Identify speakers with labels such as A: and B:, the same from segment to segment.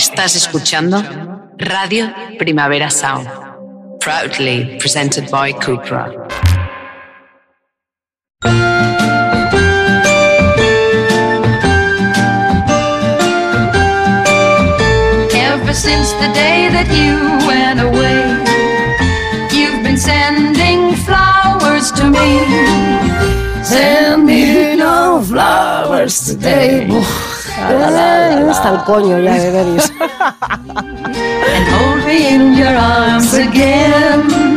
A: Estás escuchando Radio Primavera Sound, proudly presented by Cupra.
B: Ever since the day that you went away, you've been sending flowers to me. Send me no flowers today.
C: Hasta el coño ya de Beris.
B: and hold me in your arms again.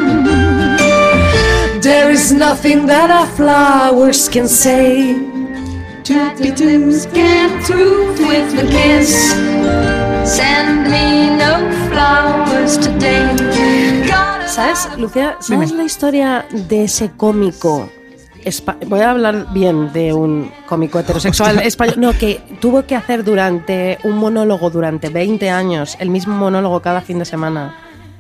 B: There is nothing that our flowers can say. Two lips can't prove with a kiss. Send me no flowers today. Gotta
C: ¿Sabes, Lucía, sabes la historia de ese cómico? espa- Voy a hablar bien de un cómico heterosexual español. No, que tuvo que hacer durante un monólogo durante 20 años, el mismo monólogo cada fin de semana,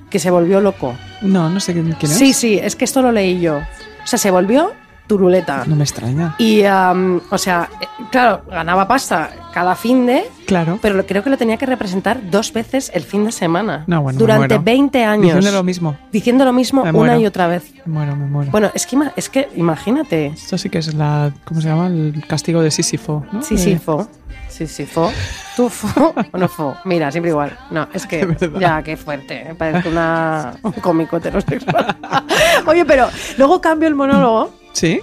C: que se volvió loco.
D: No, no sé quién quién es.
C: Sí, sí, es que esto lo leí yo. O sea, se volvió turuleta.
D: No me extraña.
C: Y, am, o sea, eh, claro, ganaba pasta cada fin de,
D: Claro.
C: pero lo- creo que lo tenía que representar dos veces el fin de semana.
D: No, bueno, me
C: durante
D: muero.
C: 20 años.
D: Diciendo lo mismo.
C: Diciendo lo mismo
D: Me
C: una
D: muero.
C: y otra vez.
D: Me muero, me muero.
C: Bueno, es que, ima- es que imagínate.
D: Esto sí que es la. ¿Cómo se llama? El castigo de Sísifo, ¿no? Eh,
C: Sísifo. Sísifo. Tú fo o no fo. Mira, siempre igual. No, es que
D: De verdad.
C: ya, qué fuerte. Me parece una, un cómico heterosexual. Oye, pero luego cambio el monólogo
D: Eh, Sí.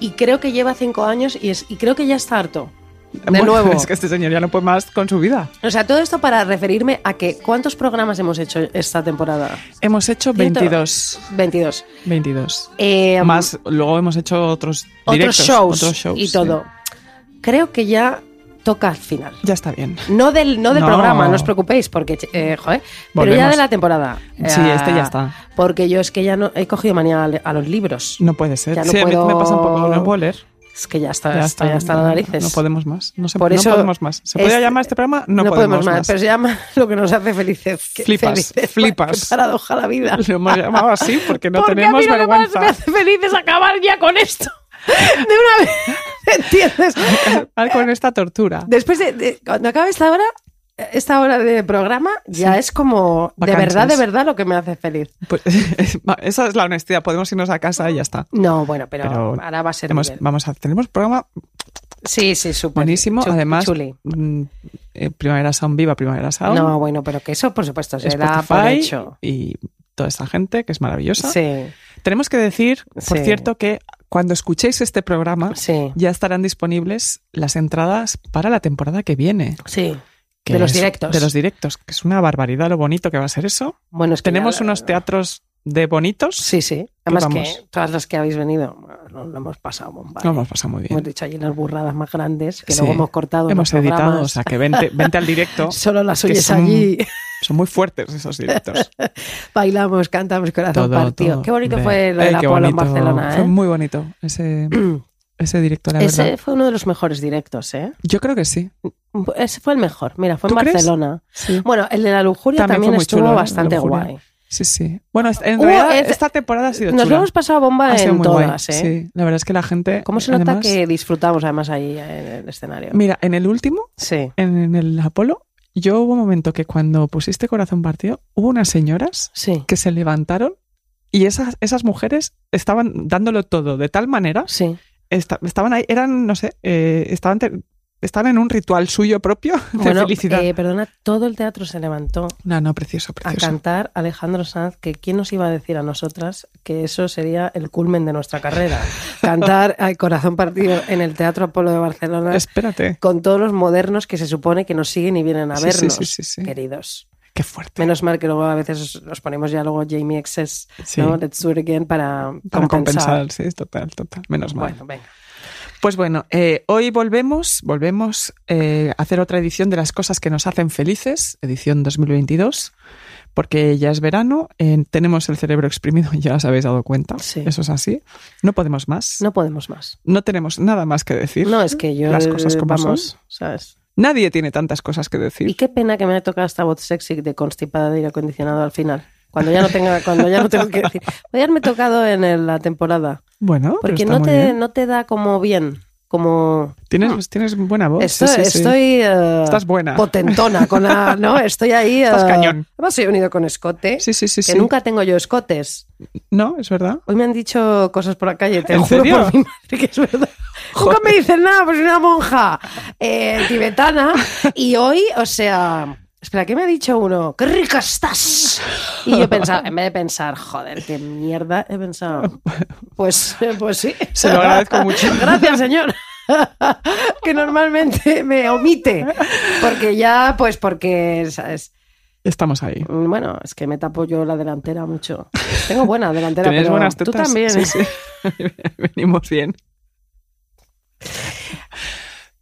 C: y creo que lleva cinco años y, es, y creo que ya está harto. De
D: Bueno,
C: nuevo.
D: Es que este señor ya no puede más con su vida.
C: O sea, todo esto para referirme a que ¿cuántos programas hemos hecho esta temporada?
D: Hemos hecho
C: ¿Cierto?
D: 22.
C: 22.
D: 22.
C: Eh,
D: Más, luego hemos hecho otros
C: otros
D: directos,
C: shows
D: otros shows,
C: y
D: sí.
C: todo. Creo que ya toca al final.
D: Ya está bien.
C: No del, no del
D: No.
C: programa, no os preocupéis, porque, eh, joder, pero ya
D: Volvemos.
C: de la temporada.
D: Sí,
C: Eh,
D: este ya está.
C: Porque yo es que ya no he cogido manía al- a, los libros.
D: No puede ser.
C: Ya no
D: sí, a mí
C: puedo-
D: me pasa un poco, no puedo leer.
C: Es que ya está,
D: Ya
C: ya está, ya está las narices.
D: No podemos más. No, se,
C: Por
D: no
C: eso
D: podemos más. ¿Se podría
C: es-
D: llamar este programa? No, podemos, más.
C: pero se llama lo que nos hace felices. Qué
D: Flipas,
C: felices,
D: flipas.
C: Qué paradoja la vida.
D: Lo hemos llamado así porque no
C: Porque
D: tenemos
C: a mí lo que más
D: vergüenza.
C: me hace feliz es acabar ya con esto. De una vez. ¿Entiendes?
D: Al- con esta tortura.
C: Después de, de- cuando acabe esta hora, esta hora de programa, ya es como de
D: Vacanzas.
C: verdad, de verdad lo que me hace feliz.
D: Pues, esa es la honestidad. Podemos irnos a casa y ya está.
C: No, bueno, pero,
D: Pero
C: ahora va a ser
D: Hemos-
C: nivel.
D: vamos a, tenemos programa
C: Sí, sí, súper.
D: buenísimo.
C: chu-
D: Además,
C: chuli.
D: mm, eh, Primavera Sound, viva Primavera Sound.
C: No, bueno, pero que eso, por supuesto, se da por
D: Spotify
C: hecho.
D: y toda esta gente que es maravillosa.
C: Sí,
D: Tenemos que decir, por
C: Sí.
D: cierto, que cuando escuchéis este programa
C: sí,
D: ya estarán disponibles las entradas para la temporada que viene.
C: sí.
D: que
C: De los
D: es-
C: directos.
D: De los directos, que es una barbaridad lo bonito que va a ser eso.
C: Bueno, es que
D: Tenemos
C: ya-
D: unos teatros de bonitos.
C: eh, Sí, sí. Además que
D: vamos.
C: todas las que habéis venido, bueno, lo, lo hemos pasado bomba. ¿eh?
D: Nos hemos pasado muy bien.
C: Hemos dicho allí las burradas más grandes que
D: Sí.
C: luego hemos cortado. en
D: Hemos
C: los
D: editado,
C: programas.
D: o sea, que vente, vente al directo.
C: Solo las
D: que
C: oyes
D: son-
C: allí,
D: Son muy fuertes esos directos.
C: bailamos, cantamos, corazón
D: Todo,
C: partido.
D: todo.
C: Qué bonito
D: Hombre,
C: fue lo
D: eh,
C: del
D: qué
C: Apolo en
D: bonito.
C: Barcelona,
D: Fue
C: ¿eh?
D: muy bonito ese, ese directo, la
C: Ese
D: verdad.
C: fue uno de los mejores directos, ¿eh?
D: Yo creo que sí.
C: Ese fue el mejor. Mira, fue en
D: ¿Tú crees?
C: Barcelona.
D: Sí,
C: Bueno, el de la lujuria
D: También
C: también,
D: fue muy
C: estuvo
D: chulo, ¿eh?
C: bastante
D: La Lujuria.
C: guay.
D: sí. sí. Bueno, es- en
C: Hubo-
D: realidad
C: es-
D: esta temporada ha sido
C: Nos lo
D: chula.
C: hemos pasado bomba
D: Ha sido
C: en
D: muy guay,
C: todas, ¿eh?
D: Sí, la verdad es que la gente...
C: ¿Cómo se nota
D: además-
C: que disfrutamos además ahí eh, en el escenario?
D: Mira, en el último
C: Sí,
D: en el Apolo, yo hubo un momento que cuando pusiste corazón partido, hubo unas señoras
C: sí,
D: que se levantaron y esas, esas mujeres estaban dándolo todo de tal manera,
C: sí.
D: esta- estaban ahí, eran, no sé, eh, estaban, te- estaban en un ritual suyo propio de
C: Bueno,
D: felicidad.
C: eh, perdona, todo el teatro se levantó
D: no, no, precioso,
C: a
D: precioso.
C: cantar Alejandro Sanz, que quién nos iba a decir a nosotras que eso sería el culmen de nuestra carrera. Cantar al corazón partido en el Teatro Apolo de Barcelona
D: Espérate.
C: con todos los modernos que se supone que nos siguen y vienen a
D: Sí, sí,
C: vernos,
D: sí, sí, sí.
C: queridos.
D: Qué fuerte.
C: Menos mal que luego a veces nos ponemos ya luego Jamie XS,
D: Sí.
C: ¿no? Let's do it again para,
D: Para
C: compensar.
D: compensar, sí, es total, total. Menos mal.
C: Bueno, venga.
D: Pues bueno, eh, hoy volvemos, volvemos eh, a hacer otra edición de las cosas que nos hacen felices, edición 2022, porque ya es verano, eh, tenemos el cerebro exprimido, ya os habéis dado cuenta,
C: Sí.
D: eso es así, no podemos más, no,
C: No podemos más.
D: tenemos nada más que decir,
C: No, es que yo.
D: las cosas como
C: vamos,
D: son,
C: ¿sabes?
D: nadie tiene tantas cosas que
C: Y
D: decir.
C: qué pena que me haya tocado esta voz sexy de constipada de aire acondicionado al final. Cuando ya no tenga, cuando ya no tengo que decir. Voy a haberme tocado en el- la temporada.
D: Bueno, pero
C: Porque
D: está
C: no
D: muy
C: te,
D: bien.
C: no te da como bien. como
D: Tienes, tienes buena voz.
C: Estoy,
D: Oh, sí, sí, sí.
C: estoy eh,
D: Estás buena.
C: potentona con la, ¿no? Estoy ahí.
D: Estás
C: eh,
D: cañón.
C: Además, he venido con escote.
D: Sí, sí, sí.
C: que
D: sí.
C: nunca tengo yo escotes.
D: No, es verdad.
C: Hoy me han dicho cosas por la calle, te
D: ¿En
C: lo juro
D: serio?
C: por mi madre que es verdad.
D: Joder.
C: Nunca me dicen nada, pues soy una monja eh, tibetana. Y hoy, o sea. Espera, ¿qué me ha dicho uno? ¡Qué rica estás! Y yo pensaba, en vez de pensar, joder, qué mierda, he pensado, pues, pues sí.
D: Se lo agradezco mucho.
C: Gracias, señor. que normalmente me omite. Porque ya, pues porque, ¿sabes?
D: Estamos ahí.
C: Bueno, es que me tapo yo la delantera mucho. Tengo buena delantera,
D: Tenéis
C: pero
D: buenas tetas.
C: tú también.
D: Sí,
C: ¿eh?
D: sí. Venimos bien.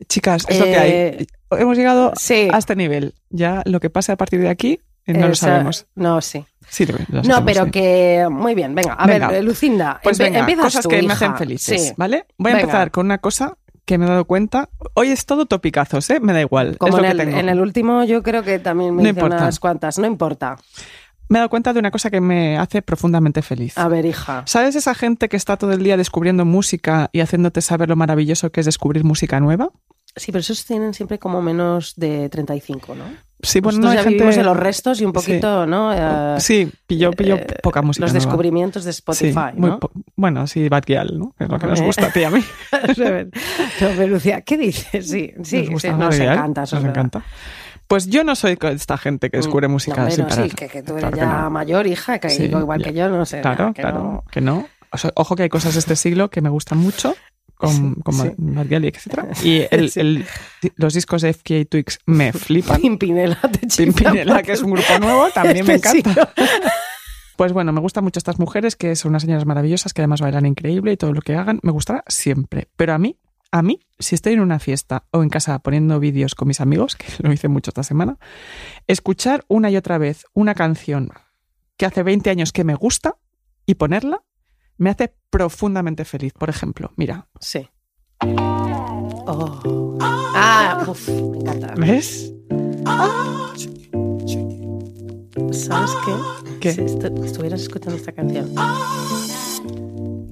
D: Chicas, es lo que
C: Eh,
D: hay. Hemos llegado
C: ah, sí.
D: a este nivel. Ya lo que pase a partir de aquí eh, no
C: Eh,
D: lo
C: o sea,
D: sabemos.
C: No, sí.
D: Sí, lo- lo
C: no,
D: sabemos,
C: pero
D: sí.
C: que muy bien, venga, a
D: Venga.
C: ver, eh, Lucinda,
D: Pues
C: empe-
D: venga,
C: empiezas
D: cosas
C: tú,
D: que me
C: hija.
D: hacen felices,
C: Sí.
D: ¿vale? Voy a
C: Venga.
D: empezar con una cosa que me he dado cuenta. Hoy es todo topicazos, ¿eh? Me da igual. es
C: Como en
D: lo
C: el,
D: que tengo.
C: en el último yo creo que también me
D: No
C: hice
D: importa.
C: unas cuantas, no importa.
D: Me he dado cuenta de una cosa que me hace profundamente feliz.
C: A ver, hija.
D: ¿Sabes esa gente que está todo el día descubriendo música y haciéndote saber lo maravilloso que es descubrir música nueva?
C: Sí, pero esos tienen siempre como menos de 35, ¿no?
D: Sí, bueno,
C: Nosotros
D: no
C: Pues
D: hay
C: ya
D: gente...
C: vivimos de los restos y un poquito, ¿no? Eh,
D: Sí, pilló, pilló
C: eh,
D: poca música
C: Los
D: nueva.
C: descubrimientos de
D: Sí,
C: Spotify,
D: muy
C: ¿no?
D: po- bueno, sí, Bad Gyal, ¿no? Que Es lo que nos
C: Eh.
D: gusta a ti y a mí.
C: Pero, Lucía, ¿qué dices? Sí, sí,
D: nos gusta
C: sí,
D: Bad
C: nos
D: Gyal,
C: encanta, eso
D: nos
C: es verdad.
D: encanta. Pues yo no soy de esta gente que descubre
C: Mm,
D: música
C: no,
D: sin
C: pero
D: parar.
C: sí, que, que tú eres
D: Claro que
C: ya
D: no.
C: mayor, hija, que
D: Sí,
C: igual
D: ya.
C: que yo, no sé.
D: Claro,
C: nada, que
D: claro,
C: no.
D: que no. O sea, ojo que hay cosas de este siglo que me gustan mucho, con,
C: Sí,
D: con
C: sí.
D: Bad Gyal y etcétera. Y el-
C: Sí.
D: el- los discos de FKA Twix me flipan.
C: Pimpinela te chifla
D: Pimpinela, que es un grupo nuevo, también me
C: Este
D: encanta. Pues bueno, me gustan mucho estas mujeres, que son unas señoras maravillosas, que además bailan increíble y todo lo que hagan me gustará siempre. Pero a mí, a mí, si estoy en una fiesta o en casa poniendo vídeos con mis amigos, que lo hice mucho esta semana, escuchar una y otra vez una canción que hace 20 años que me gusta y ponerla me hace profundamente feliz. Por ejemplo, mira,
C: Sí. Oh. Ah, uf, me encanta.
D: ¿ves?
C: ¿Sabes qué?
D: ¿Qué?
C: Si estu- estuvieras escuchando esta canción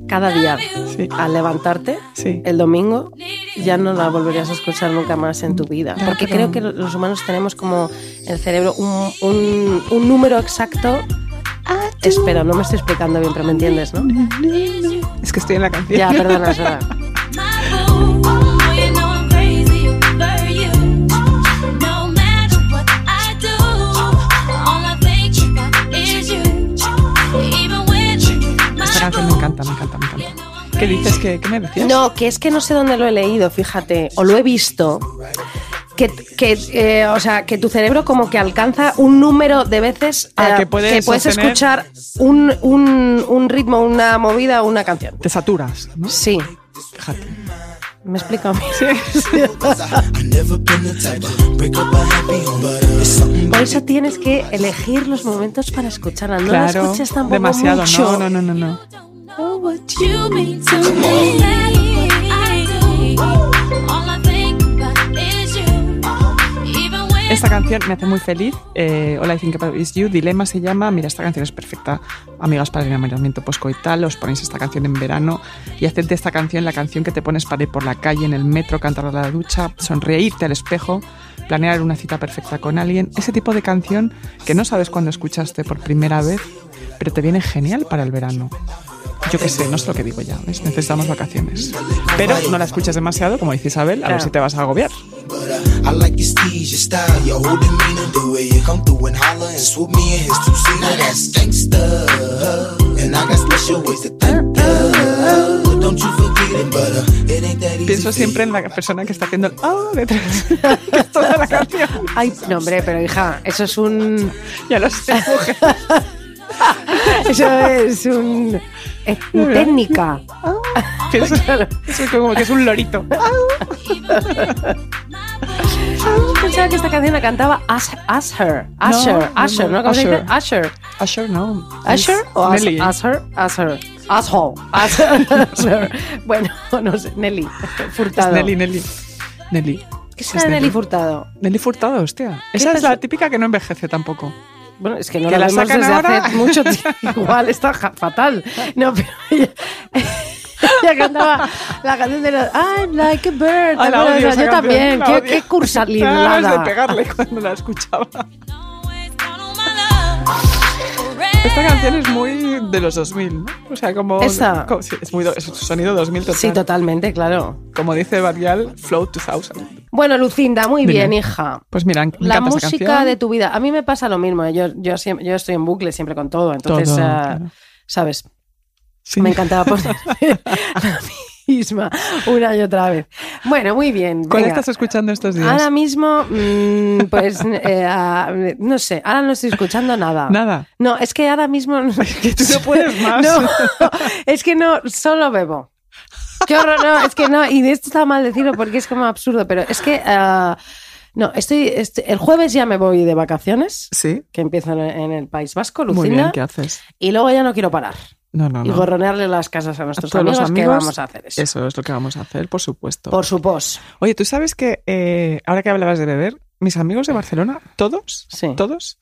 C: cada día
D: Sí,
C: al levantarte
D: sí.
C: el domingo, ya no la volverías a escuchar nunca más en tu vida. Porque creo que lo- los humanos tenemos como en el cerebro un, un- un número exacto. Espera, no me estoy explicando bien, pero me entiendes, ¿no?
D: Es que estoy en la canción.
C: Ya, perdona, es verdad.
D: Esta canción me encanta, me encanta, me encanta. ¿Qué dices? ¿Qué, qué me decías?
C: No, que es que no sé dónde lo he leído, fíjate, o lo he visto. Que, que, eh, o sea, que tu cerebro como que alcanza un número de veces
D: Ah,
C: eh,
D: que puedes sostener-
C: escuchar un, un- un ritmo, una movida o una canción.
D: Te saturas, ¿no?
C: Sí,
D: Fíjate.
C: me explico a mí. Por eso tienes que elegir los momentos para escucharla. No la
D: claro,
C: escuches tampoco
D: demasiado.
C: mucho.
D: No, no, no, no, no. Esta canción me hace muy feliz. Eh, All I Think About Is You, Dilema se llama. Mira, esta canción es perfecta. Amigas para el enamoramiento poscoital, os ponéis esta canción en verano y haced de esta canción la canción que te pones para ir por la calle, en el metro, cantar a la ducha, sonreírte al espejo, planear una cita perfecta con alguien. Ese tipo de canción que no sabes cuándo escuchaste por primera vez, pero te viene genial para el verano. Yo qué sé, no es lo que digo ya, ¿ves? necesitamos vacaciones. Pero no la escuches demasiado, como dice Isabel, a ver
C: Claro.
D: si te vas a agobiar.
E: I like your steeze, your style, your whole demeanor, the way you come through and holler and swoop me in his two seater. That's gangsta, and I got special ways to thank ya. But don't you forget it, but uh, it ain't that easy.
D: Pienso siempre en la persona que está haciendo el oh detrás de toda la canción.
C: Ay, no, hombre, pero hija, eso es un.
D: Ya lo sé, mujer.
C: Eso es un. Es una técnica.
D: Pienso, es como que es un lorito. Ah.
C: Pensaba que esta canción la cantaba As- Asher. Asher,
D: no,
C: Asher,
D: no.
C: ¿no? ¿Cómo se dice?
D: Asher.
C: Asher.
D: Asher no.
C: Asher
D: Es
C: o As-
D: Nelly. ¿eh?
C: Asher, Asher. Asshole. Asher. Asher. Bueno, no sé. Nelly.
D: Es
C: Furtado.
D: Nelly, Nelly. Nelly.
C: ¿Qué
D: Es
C: será de Nelly Furtado?
D: Nelly Furtado, hostia. Esa es
C: pasa?
D: la típica que no envejece tampoco.
C: Bueno, es que no
D: ¿Que
C: la,
D: la
C: vemos
D: sacan
C: desde
D: ahora?
C: hace mucho tiempo. Igual está ja- fatal. No, pero ella, Ella cantaba la canción de los I'm like a bird.
D: Ah, la
C: Bueno,
D: odio esa
C: yo
D: canción,
C: también.
D: la
C: Qué, qué
D: odio. Tenía ganas de
C: cursalilada.
D: pegarle cuando la escuchaba. Esta canción es muy de los 2000, ¿no? O sea, como.
C: Esa.
D: como- sí, es muy do- es sonido 2000 total.
C: Sí, totalmente, claro.
D: Como dice Barrial, Flow 2000.
C: Bueno, Lucinda, muy
D: Dime.
C: bien, hija.
D: Pues mira, me
C: La
D: encanta esa
C: música
D: canción.
C: de tu vida. A mí me pasa lo mismo. ¿eh? Yo, yo, siem- yo estoy en bucle siempre con todo. Entonces,
D: Todo,
C: eh,
D: claro.
C: ¿sabes?
D: Sí.
C: Me encantaba poner la misma una y otra vez. Bueno, muy bien.
D: ¿Cuál
C: venga.
D: estás escuchando estos días?
C: Ahora mismo, mm, pues, eh, ah, no sé, ahora no estoy escuchando nada.
D: Nada.
C: No, es que ahora mismo...
D: Que tú no puedes más.
C: No, es que no, solo bebo. Qué horror, no, es que no, y de esto está mal decirlo porque es como absurdo, pero es que... ah, no, estoy, est- el jueves ya me voy de vacaciones,
D: Sí.
C: que empiezo en, en el País Vasco,
D: Muy bien,
C: Lucinda,
D: ¿qué haces?
C: y luego ya no quiero parar.
D: No, no,
C: Y
D: no.
C: gorronearle las casas a nuestros
D: todos los
C: amigos, que
D: amigos,
C: vamos a hacer eso.
D: Eso es lo que vamos a hacer, por supuesto.
C: Por supuesto.
D: Oye, tú sabes que eh, ahora que hablabas de beber, mis amigos de Barcelona, todos,
C: Sí.
D: todos,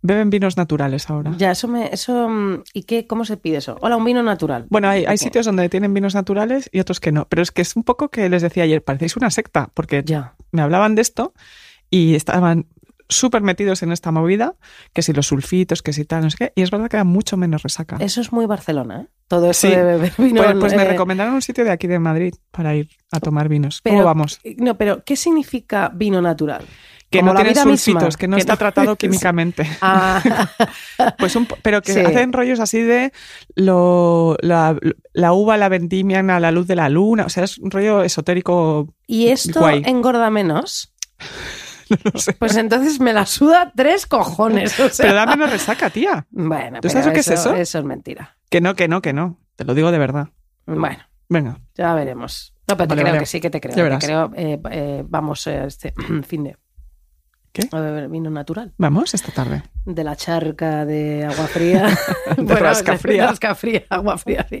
D: beben vinos naturales ahora.
C: Ya, eso me. Eso, mm, ¿Y qué, cómo se pide eso? Hola, un vino natural.
D: Bueno, hay, hay
C: Ok.
D: sitios donde tienen vinos naturales y otros que no. Pero es que es un poco que les decía ayer, parecéis una secta, porque
C: Ya.
D: me hablaban de esto y estaban súper metidos en esta movida, que si los sulfitos, que si tal, no sé qué. Y es verdad que da mucho menos resaca.
C: Eso es muy Barcelona, ¿eh? Todo eso
D: Sí.
C: de beber vino.
D: pues, pues me
C: eh,
D: recomendaron un sitio de aquí de Madrid para ir a tomar vinos.
C: pero-
D: ¿Cómo vamos?
C: No, pero ¿qué significa vino natural?
D: Que
C: Como
D: no
C: la
D: tiene
C: vida misma,
D: sulfitos, que no está tratado químicamente.
C: Ah,
D: Pues un po- pero que
C: Sí.
D: hacen rollos así de lo, la, la uva la vendimian a la luz de la luna. O sea, es un rollo esotérico.
C: ¿Y esto
D: Guay.
C: engorda menos?
D: No sé.
C: Pues entonces me la suda tres cojones. o sea.
D: Pero da menos resaca, tía.
C: Bueno,
D: ¿Tú
C: pero
D: sabes lo que es eso?
C: Eso es mentira.
D: Que no, que no, que no. Te lo digo de verdad.
C: Bueno,
D: Venga.
C: ya veremos. No, pero te
D: Vale,
C: creo
D: vale.
C: que sí, que te creo.
D: Ya
C: te
D: verás.
C: creo, eh, eh, vamos, eh, este fin de.
D: ¿Qué?
C: A beber vino natural.
D: Vamos esta tarde.
C: de la charca de agua fría.
D: De rasca fría.
C: rasca fría, agua fría, sí.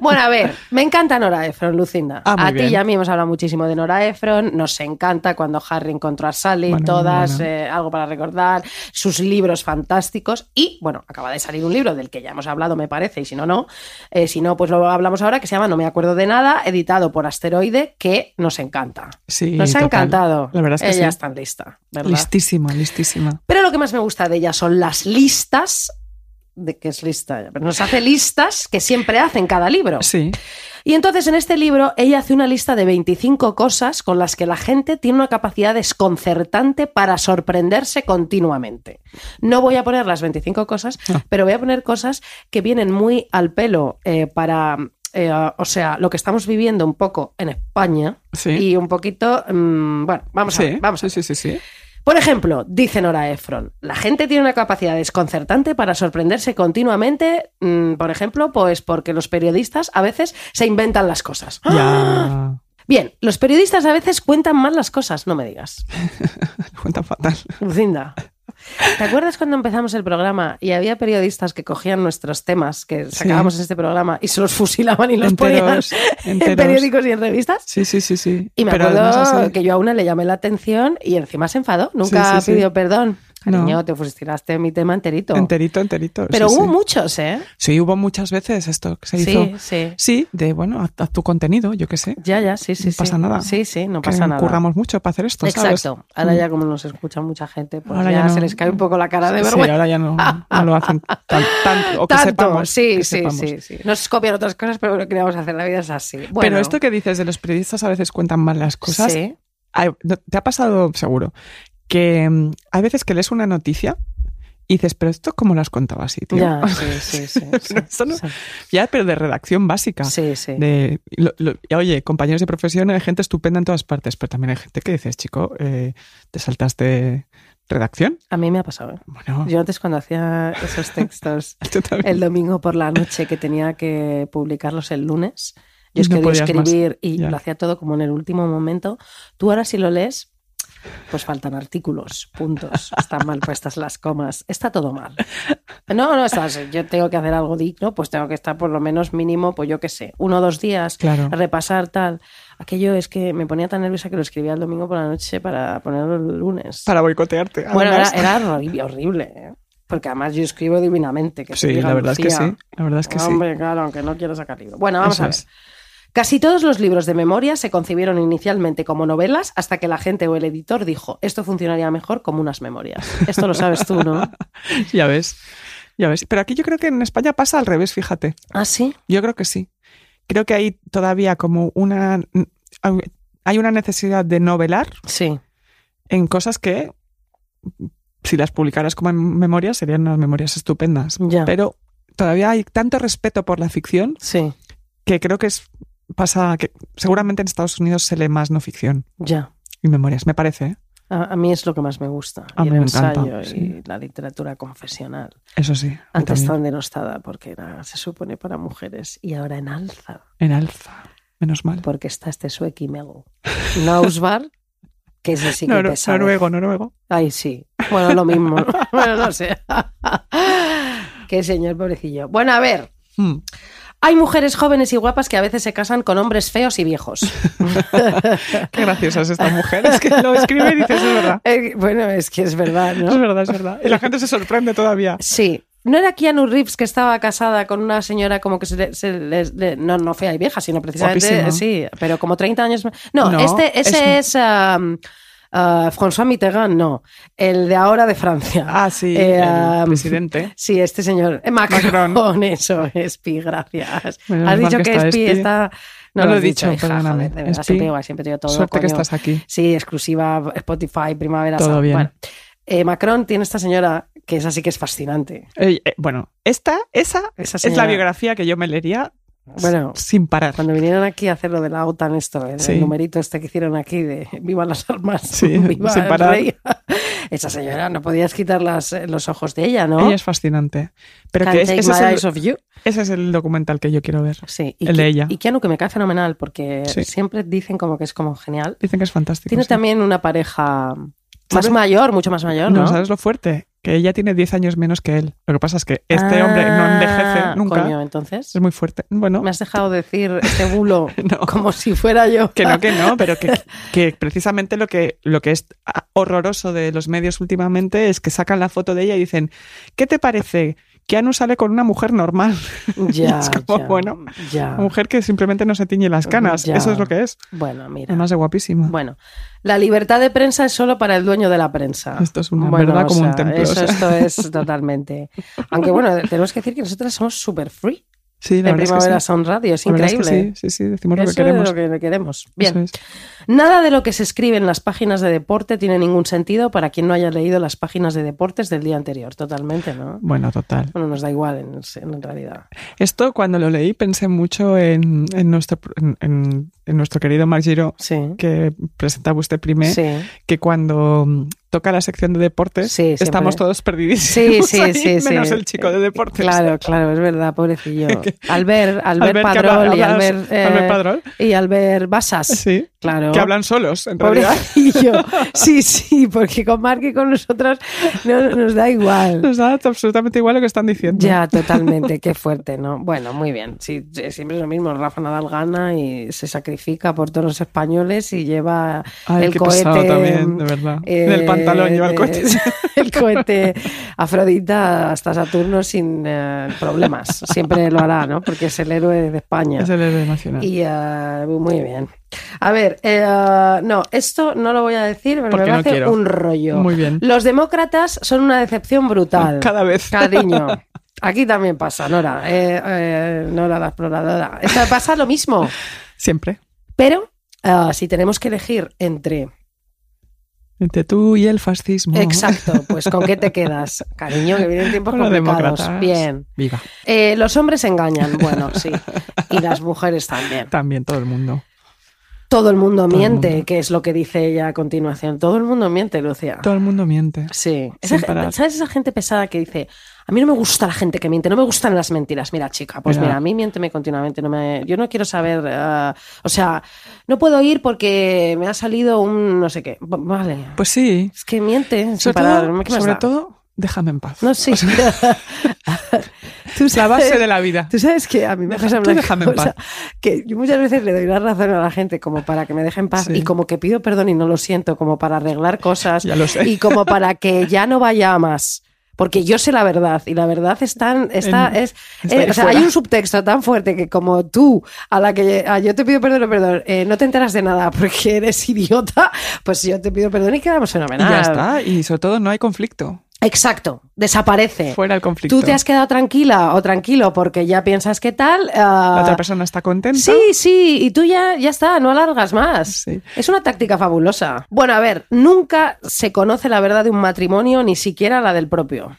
C: Bueno, a ver, me encanta Nora Efron, Lucinda.
D: Ah, muy
C: a ti y
D: bien.
C: a mí hemos hablado muchísimo de Nora Efron. Nos encanta cuando Harry encontró a Sally,
D: Bueno,
C: todas,
D: bueno.
C: eh, algo para recordar, sus libros fantásticos. Y bueno, acaba de salir un libro del que ya hemos hablado, me parece, y si no, no. Eh, si no, pues lo hablamos ahora, que se llama No me acuerdo de nada, editado por Asteroide, que nos encanta.
D: Sí.
C: Nos ha
D: total.
C: encantado.
D: La verdad es que
C: Ella
D: sí.
C: está en lista, ¿verdad?
D: Listísima, listísima.
C: Pero lo que más me gusta de ella son las listas. ¿De qué es lista? Pero Nos hace listas que siempre hace en cada libro.
D: Sí.
C: Y entonces en este libro ella hace una lista de 25 cosas con las que la gente tiene una capacidad desconcertante para sorprenderse continuamente. No voy a poner las 25 cosas,
D: No.
C: pero voy a poner cosas que vienen muy al pelo eh, para, eh, o sea, lo que estamos viviendo un poco en España
D: Sí.
C: y un poquito, mm, bueno, vamos a
D: sí.
C: ver, vamos a
D: sí,
C: ver.
D: sí, sí, sí.
C: Por ejemplo, dice Nora Efron, la gente tiene una capacidad desconcertante para sorprenderse continuamente, mm, por ejemplo, pues porque los periodistas a veces se inventan las cosas. ¡Ah!
D: Ya.
C: Bien, los periodistas a veces cuentan mal las cosas, no me digas.
D: Cuenta fatal.
C: Lucinda, ¿te acuerdas cuando empezamos el programa y había periodistas que cogían nuestros temas que sacábamos en este programa y se los fusilaban y los
D: Enteros,
C: ponían en
D: enteros.
C: periódicos y en revistas?
D: Sí, sí, sí, sí.
C: Y me
D: Pero además
C: acuerdo
D: así-
C: que yo a una le llamé la atención y encima se enfadó. Nunca
D: Sí, sí, sí.
C: pidió perdón.
D: No.
C: Cariño, te fusilaste mi tema enterito.
D: Enterito, enterito.
C: Pero
D: sí,
C: hubo
D: sí.
C: muchos, ¿eh?
D: Sí, hubo muchas veces esto que se hizo.
C: Sí, sí.
D: Sí, de bueno, haz, haz tu contenido, yo qué sé.
C: Ya, ya, sí, sí.
D: no
C: sí.
D: pasa nada.
C: Sí, sí, no
D: Que
C: pasa nada.
D: Curramos mucho para hacer esto, ¿sabes? Mm.
C: Exacto. Ahora ya como nos escucha mucha gente, pues
D: Ahora
C: ya,
D: ya no.
C: se les cae un poco la cara de
D: Sí,
C: vergüenza.
D: ahora ya no, no lo hacen tan, tan- o que
C: Tanto,
D: sepamos.
C: sí,
D: que
C: sí,
D: sepamos.
C: sí, sí. Nos copian otras cosas, pero lo que vamos a hacer la vida es así. Bueno,
D: Pero esto que dices de los periodistas a veces cuentan mal las cosas,
C: Sí,
D: Ay, no, te ha pasado seguro que mm, hay veces que lees una noticia y dices, pero esto cómo las contaba así, tío.
C: ya, sí, sí, sí. sí,
D: Pero eso no-
C: sí.
D: Ya, pero de redacción básica.
C: Sí, sí.
D: de- lo- lo- y, oye, compañeros de profesión, hay gente estupenda en todas partes, pero también hay gente que dices, chico, eh, te saltaste redacción.
C: A mí me ha pasado. ¿eh?
D: Bueno,
C: Yo antes cuando hacía esos textos
D: tú también.
C: el domingo por la noche que tenía que publicarlos el lunes. Yo es
D: No
C: que odio
D: podías más.
C: escribir y
D: Ya.
C: lo hacía todo como en el último momento. Tú ahora si lo lees, pues faltan artículos, puntos, están mal puestas las comas, está todo mal. No, no, estás, yo tengo que hacer algo digno, pues tengo que estar por lo menos mínimo, pues yo qué sé, uno o dos días,
D: Claro.
C: repasar tal. Aquello es que me ponía tan nerviosa que lo escribía el domingo por la noche para ponerlo el lunes.
D: Para boicotearte.
C: Bueno, era,
D: además.
C: era horrible, horrible, ¿eh? porque además yo escribo divinamente. Que te
D: Sí,
C: diga
D: la verdad es que
C: Lucía.
D: sí. La verdad es que sí.
C: Hombre, claro, aunque no quiero sacar libro. Bueno, vamos
D: Eso
C: a ver.
D: es.
C: Casi todos los libros de memoria se concibieron inicialmente como novelas hasta que la gente o el editor dijo, esto funcionaría mejor como unas memorias. Esto lo sabes tú, ¿no?
D: ya ves, ya ves. Pero aquí yo creo que en España pasa al revés, fíjate.
C: ¿Ah, sí?
D: Yo creo que sí. Creo que hay todavía como una... mm, Hay una necesidad de novelar
C: Sí.
D: en cosas que, mm, si las publicaras como en memorias, serían unas memorias estupendas.
C: Ya.
D: Pero todavía hay tanto respeto por la ficción
C: Sí,
D: que creo que es, pasa que seguramente en Estados Unidos se lee más no ficción
C: ya.
D: y memorias, me parece. ¿eh?
C: A, a mí es lo que más me gusta.
D: A
C: y
D: mí
C: el
D: Ah, me encanta,
C: ensayo y
D: sí.
C: la literatura confesional.
D: Eso sí. a mí
C: Antes
D: también.
C: tan denostada porque era, se supone para mujeres y ahora en alza
D: En alza, menos mal.
C: porque está este suequi mego. Nausbar, que ese sí que
D: Nor-
C: te sabe.
D: noruego, noruego.
C: Ay, sí. Bueno, lo mismo. bueno, no sé. Qué señor pobrecillo. Bueno, a ver.
D: Hmm.
C: Hay mujeres jóvenes y guapas que a veces se casan con hombres feos y viejos.
D: Qué graciosa es esta mujer. Es que lo escribe y dices, es verdad.
C: Eh, bueno, es que es verdad,
D: Es
C: ¿no?
D: verdad, es verdad. Y la gente se sorprende todavía.
C: Sí. ¿No era Keanu Reeves que estaba casada con una señora como que se le... se le- le- no, no fea y vieja, sino precisamente...
D: Guapísima.
C: Sí, pero como 30 años más... No,
D: No,
C: este, ese es... um, uh, François Mitterrand, no. El de ahora de Francia.
D: Ah, sí,
C: Eh,
D: el
C: um,
D: presidente.
C: Sí, este señor. eh, Macron, eso es Pi, gracias.
D: Menos
C: has
D: mal
C: dicho
D: que
C: que
D: está este.
C: es Pi,
D: Espi.
C: está. No, lo he dicho, hija,
D: perdóname.
C: joder, de verdad,
D: Espi,
C: siempre igual, siempre digo todo.
D: Suerte que
C: coño.
D: estás aquí.
C: Sí, exclusiva Spotify, primavera.
D: Todo
C: Sound.
D: bien.
C: Bueno, eh, Macron tiene esta señora que es así que es fascinante.
D: Eh, eh, bueno, esta, esa,
C: Esa
D: es la
C: señora.
D: biografía que yo me leería
C: Bueno,
D: sin parar.
C: cuando vinieron aquí a hacer lo de la OTAN, esto, el,
D: Sí.
C: el numerito este que hicieron aquí de Viva las armas,
D: Sí,
C: viva
D: sin
C: el
D: parar.
C: rey. Esa señora, no podías quitar las- eh, los ojos de ella, ¿no?
D: Ella es fascinante. Pero
C: Can't
D: que es-
C: take
D: ese,
C: my
D: es
C: eyes
D: el,
C: off you.
D: ese es el documental que yo quiero ver.
C: Sí,
D: El de
C: Ki-
D: ella.
C: Y Keanu, que me cae fenomenal, porque
D: Sí.
C: siempre dicen como que es como genial.
D: Dicen que es fantástico.
C: Tiene
D: sí.
C: también una pareja más
D: ¿Sabes?
C: mayor, mucho más mayor, ¿no?
D: No, ¿sabes lo fuerte? Que ella tiene 10 años menos que él. Lo que pasa es que este
C: Ah,
D: hombre no envejece nunca.
C: Coño, entonces.
D: Es muy fuerte. Bueno,
C: Me has dejado decir este bulo
D: No.
C: como si fuera yo.
D: que no, que no, pero que, que precisamente lo que, lo que es ah, horroroso de los medios últimamente es que sacan la foto de ella y dicen, ¿qué te parece? Que Anu sale con una mujer normal,
C: Ya,
D: Es como,
C: ya,
D: bueno,
C: ya.
D: una mujer que simplemente no se tiñe las canas.
C: Ah. Ya.
D: Eso es lo que es.
C: Bueno, mira.
D: Además de guapísima.
C: Bueno, la libertad de prensa es solo para el dueño de la prensa.
D: Esto es una
C: Bueno,
D: verdad
C: o
D: como un
C: sea,
D: templo,
C: Eso,
D: o sea.
C: Esto es totalmente. Aunque bueno, tenemos que decir que nosotras somos super free
D: sí, la
C: en
D: verdad es que
C: Primavera
D: sí.
C: Sound Radio. Es
D: La verdad es
C: increíble. ¿eh?
D: que sí, sí, sí, decimos lo que
C: Eso es
D: queremos.
C: lo que queremos. Bien.
D: Eso es.
C: Nada de lo que se escribe en las páginas de deporte tiene ningún sentido para quien no haya leído las páginas de deportes del día anterior. Totalmente, ¿no?
D: Bueno, total.
C: Bueno, nos da igual en, en realidad.
D: Esto cuando lo leí pensé mucho en, en nuestro, en, en- en nuestro querido Marc Giro,
C: Sí.
D: que presentaba usted primero,
C: Sí.
D: que cuando mm, toca la sección de deportes
C: Sí, siempre.
D: estamos todos
C: Sí,
D: perdidísimos
C: sí,
D: ahí,
C: sí, sí.
D: menos el chico de deportes.
C: Claro, claro, es verdad, pobrecillo. Albert, Albert,
D: Albert, que habla-
C: Padrol y
D: hablas-
C: Albert, eh,
D: Albert Padrón.
C: y Albert Basas.
D: Sí,
C: Claro.
D: que hablan solos, en realidad.
C: Pobrecillo. Sí, sí, porque con Mark y con nosotros no, nos da igual.
D: Nos da absolutamente igual lo que están diciendo.
C: Ya, totalmente, qué fuerte, ¿no? Bueno, muy bien. Sí, sí, siempre es lo mismo. Rafa Nadal gana y se sacrifica por todos los españoles y lleva
D: Ay,
C: el
D: qué
C: cohete. mm, eh,
D: pesado también, de verdad. En el pantalón lleva el cohete.
C: El cohete Afrodita hasta Saturno sin eh, problemas. Siempre lo hará, ¿no? Porque es el héroe de España.
D: Es el héroe nacional.
C: Y ah, muy bien. A ver, eh, ah, no, esto no lo voy a decir, pero
D: Porque
C: me
D: no
C: parece
D: quiero.
C: un rollo.
D: Muy bien.
C: Los demócratas son una decepción brutal.
D: Cada vez.
C: Cariño. Aquí también pasa, Nora. Eh, eh, Nora la exploradora. Esto pasa lo mismo.
D: Siempre.
C: Pero ah, si tenemos que elegir entre.
D: Entre tú y el fascismo.
C: Exacto, pues ¿con qué te quedas? Cariño, que vienen tiempos
D: Con los
C: complicados.
D: demócratas.
C: Bien.
D: Viva.
C: Eh, los hombres engañan, bueno, sí. Y las mujeres también.
D: También todo el mundo.
C: Todo el mundo
D: Todo el
C: miente,
D: mundo.
C: que es lo que dice ella a continuación. Todo el mundo miente, Lucia.
D: Todo el mundo miente.
C: Sí. Esa
D: Sin
C: gen-
D: parar.
C: ¿Sabes esa gente pesada que dice, a mí no me gusta la gente que miente, no me gustan las mentiras? Mira, chica, pues
D: Mira.
C: mira, a mí miénteme continuamente. No me, yo no quiero saber, ah, o sea, no puedo ir porque me ha salido un no sé qué. Va- Vale.
D: Pues sí.
C: es que miente, sin
D: Sobre,
C: parar.
D: todo,
C: ¿Qué más
D: sobre
C: da?
D: todo, déjame en paz.
C: No, sí.
D: Es la base de la vida.
C: Tú sabes que a mí me
D: Deja-
C: pasa
D: tú
C: una
D: déjame en
C: cosa, que yo muchas veces le doy la razón a la gente como para que me deje en paz
D: Sí.
C: y como que pido perdón y no lo siento, como para arreglar cosas
D: Ya lo sé.
C: y como para que ya no vaya a más. Porque yo sé la verdad y la verdad es tan. Está,
D: En-
C: es,
D: está
C: eh,
D: ahí
C: o sea,
D: fuera.
C: hay un subtexto tan fuerte que, como tú, a la que a yo te pido perdón, perdón, eh, no te enteras de nada porque eres idiota, pues yo te pido perdón y quedamos
D: Y
C: fenomenal.
D: ya está. Y sobre todo no hay conflicto.
C: Exacto, desaparece.
D: Fuera el conflicto.
C: Eh, Tú te has quedado tranquila o tranquilo porque ya piensas que tal. ah,
D: La otra persona está contenta.
C: Sí, sí, y tú ya, ya está, no alargas más.
D: Sí.
C: Es una táctica fabulosa. Bueno, a ver, nunca se conoce la verdad de un matrimonio, ni siquiera la del propio.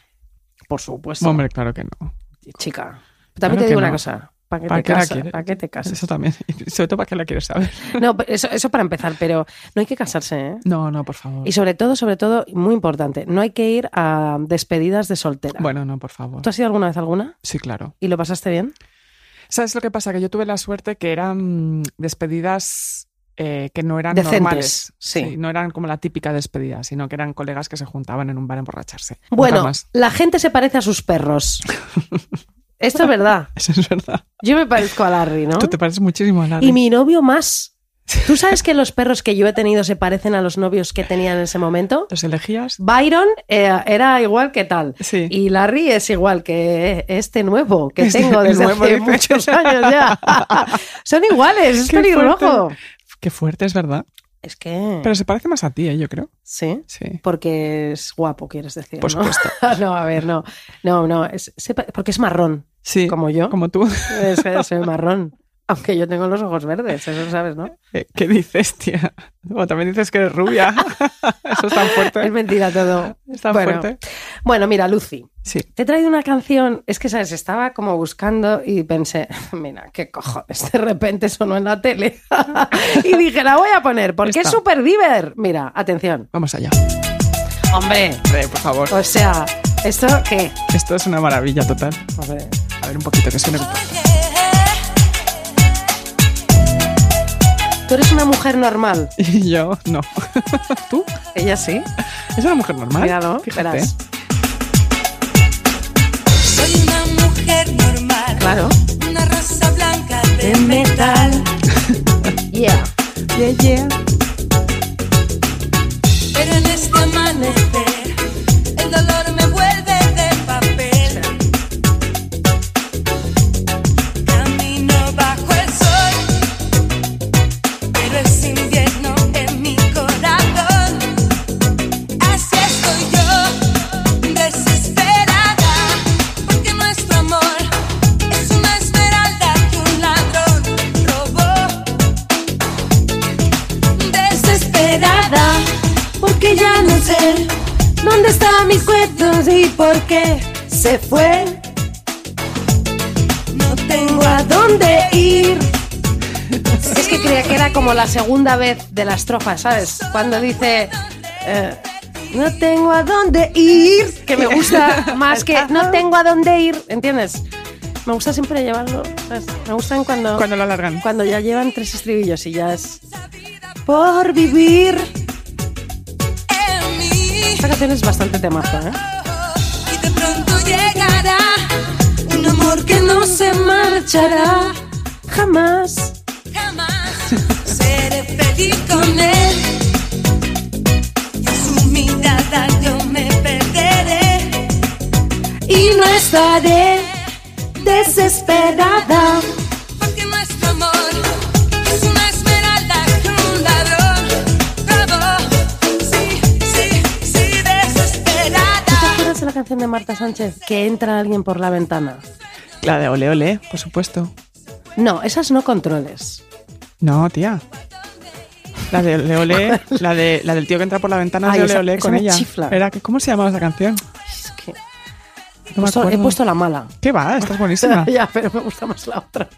C: Por supuesto,
D: Hombre, claro que no.
C: chica. También
D: Claro
C: te
D: que
C: digo una
D: no.
C: cosa. ¿Para qué, te
D: ¿Para qué la
C: casas?
D: quieres?
C: ¿Para qué te casas?
D: Eso también. Sobre todo para que la quieres saber.
C: No, pero eso, eso para empezar, pero no hay que casarse, ¿eh?
D: No, no, por favor.
C: Y sobre todo, sobre todo, muy importante, no hay que ir a despedidas de soltera.
D: Bueno, no, por favor.
C: ¿Tú has ido alguna vez a alguna?
D: Sí, claro.
C: ¿Y lo pasaste bien?
D: ¿Sabes lo que pasa? Que yo tuve la suerte que eran mm, despedidas eh, que no eran
C: Decentes,
D: normales.
C: sí.
D: No eran como la típica despedida, sino que eran colegas que se juntaban en un bar a emborracharse. Nunca
C: Bueno,
D: más.
C: la gente se parece a sus perros. Esto es verdad.
D: Eso es verdad.
C: Yo me parezco a Larry, ¿no?
D: Tú te pareces muchísimo a Lara.
C: Y mi novio más. ¿Tú sabes que los perros que yo he tenido se parecen a los novios que tenía en ese momento?
D: ¿Los elegías?
C: Byron eh, era igual que tal.
D: Sí.
C: Y Larry es igual que este nuevo que
D: Este
C: tengo desde
D: nuevo,
C: hace
D: dice.
C: muchos años ya. Son iguales, es
D: Qué
C: pelirrojo.
D: fuerte. Qué fuerte, es verdad.
C: Es que.
D: Pero se parece más a ti, ¿eh? yo creo.
C: Sí.
D: Sí.
C: Porque es guapo, quieres decir.
D: Pues Por
C: ¿no?
D: supuesto.
C: no, a ver, no. No, no. es- se pa- porque es marrón,
D: Sí.
C: como yo.
D: Como tú.
C: Es que soy marrón. Aunque yo tengo los ojos verdes, eso lo sabes, ¿no?
D: Eh, ¿Qué dices, tía? O también dices que eres rubia. Eso es tan
C: Es
D: fuerte.
C: mentira todo.
D: Es tan
C: Bueno.
D: fuerte.
C: Bueno, mira, Lucy,
D: Sí.
C: te he traído una canción. Es que, ¿sabes? Estaba como buscando y pensé, mira, qué cojones, de repente sonó en la tele. y dije, la voy a poner porque es
D: Está.
C: súper diver. Mira, atención.
D: Vamos allá.
C: Hombre,
D: Hombre, por favor.
C: o sea, ¿esto qué?
D: Esto es una maravilla total.
C: Hombre,
D: A ver un poquito que suene.
C: Tú eres una mujer normal.
D: Y yo, no. ¿Tú?
C: Ella sí.
D: ¿Es una mujer normal?
C: Ah, Míralo,
D: Fíjate.
C: verás.
F: Soy una mujer normal,
C: Claro.
F: una rosa blanca de metal,
C: Yeah.
D: Yeah, yeah.
F: pero en este amanecer el dolor me vuelve de papel. Camino bajo el sol, pero es invierno en mi corazón. Así estoy yo, desesperada, porque nuestro amor es una esmeralda que un ladrón robó. Desesperada, porque ya no sé dónde están mis cuentos y por qué se fue. No tengo a dónde ir.
C: Es que creía que era como la segunda vez de la estrofa, ¿sabes? Cuando dice. eh, no tengo a dónde ir. Que me gusta más que. No tengo a dónde ir. ¿Entiendes? Me gusta siempre llevarlo. ¿sabes? Me gustan cuando,
D: Cuando lo alargan.
C: cuando ya llevan tres estribillos y ya es. Por vivir.
F: en mí.
C: Esta canción es bastante temazo, ¿eh?
F: Y de pronto llegará un amor que no se marchará.
C: Jamás.
F: Jamás seré feliz con él. Y en su mirada yo me perderé.
C: Y no estaré desesperada.
F: Porque nuestro amor es una esmeralda que un ladrón robó. Sí, sí, sí,
C: ¿Tú te
F: desesperada.
C: acuerdas de la canción de Marta Sánchez? Que entra alguien por la ventana.
D: La de ole ole, por supuesto.
C: No, esas no controles.
D: No, tía. La de ole ole, la, de, la del tío que entra por la ventana
C: Ay,
D: de ole
C: esa-
D: ole
C: esa
D: con
C: me
D: ella.
C: chifla.
D: Era, que- ¿Cómo se llamaba esa canción?
C: Es que he
D: No
C: puesto-
D: me
C: Pues, he
D: acuerdo.
C: puesto la mala.
D: ¿Qué va? Estás buenísima.
C: ya, pero me gusta más la otra.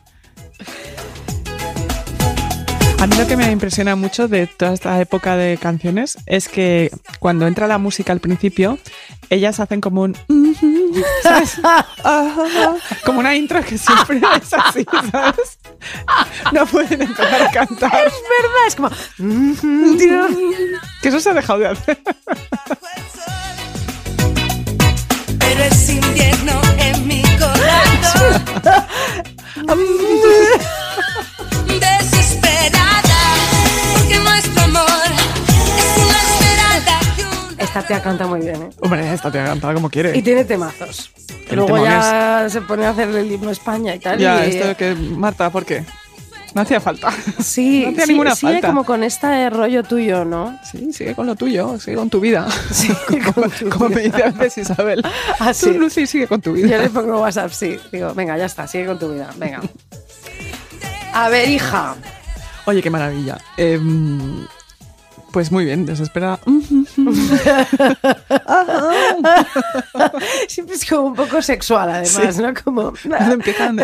D: A mí lo que me impresiona mucho de toda esta época de canciones es que cuando entra la música al principio, ellas hacen como un... ¿sabes?
C: Ah,
D: como una intro que siempre es así, ¿sabes? No pueden empezar a cantar.
C: Es verdad, es como.
D: Que eso se ha dejado de hacer.
F: Pero es invierno en mi corazón. Desesperada, porque nuestro amor es una esmeralda que un
C: Esta tía canta muy bien, ¿eh?
D: Hombre, esta te ha cantado como quiere.
C: Y tiene temazos.
D: El
C: Luego
D: temón
C: ya se pone a hacer el himno a España y tal.
D: Ya,
C: y-
D: esto que. Marta, ¿por qué? No hacía falta.
C: Sí,
D: no hacía
C: sí,
D: ninguna
C: sigue
D: falta.
C: como con este rollo tuyo, ¿no?
D: Sí, sigue con lo tuyo, sigue con tu vida.
C: Sí,
D: como, como me dice a veces Isabel.
C: Ah, sí.
D: Tú, Lucy, sigue con tu
C: Yo
D: vida.
C: le pongo WhatsApp, sí. Digo, venga, ya está, sigue con tu vida, venga. A ver, hija.
D: Oye, qué maravilla. Em, pues muy bien, desespera. Mm,
C: Siempre es como un poco sexual, además, ¿no? Como... "Ah,
D: Empiezan.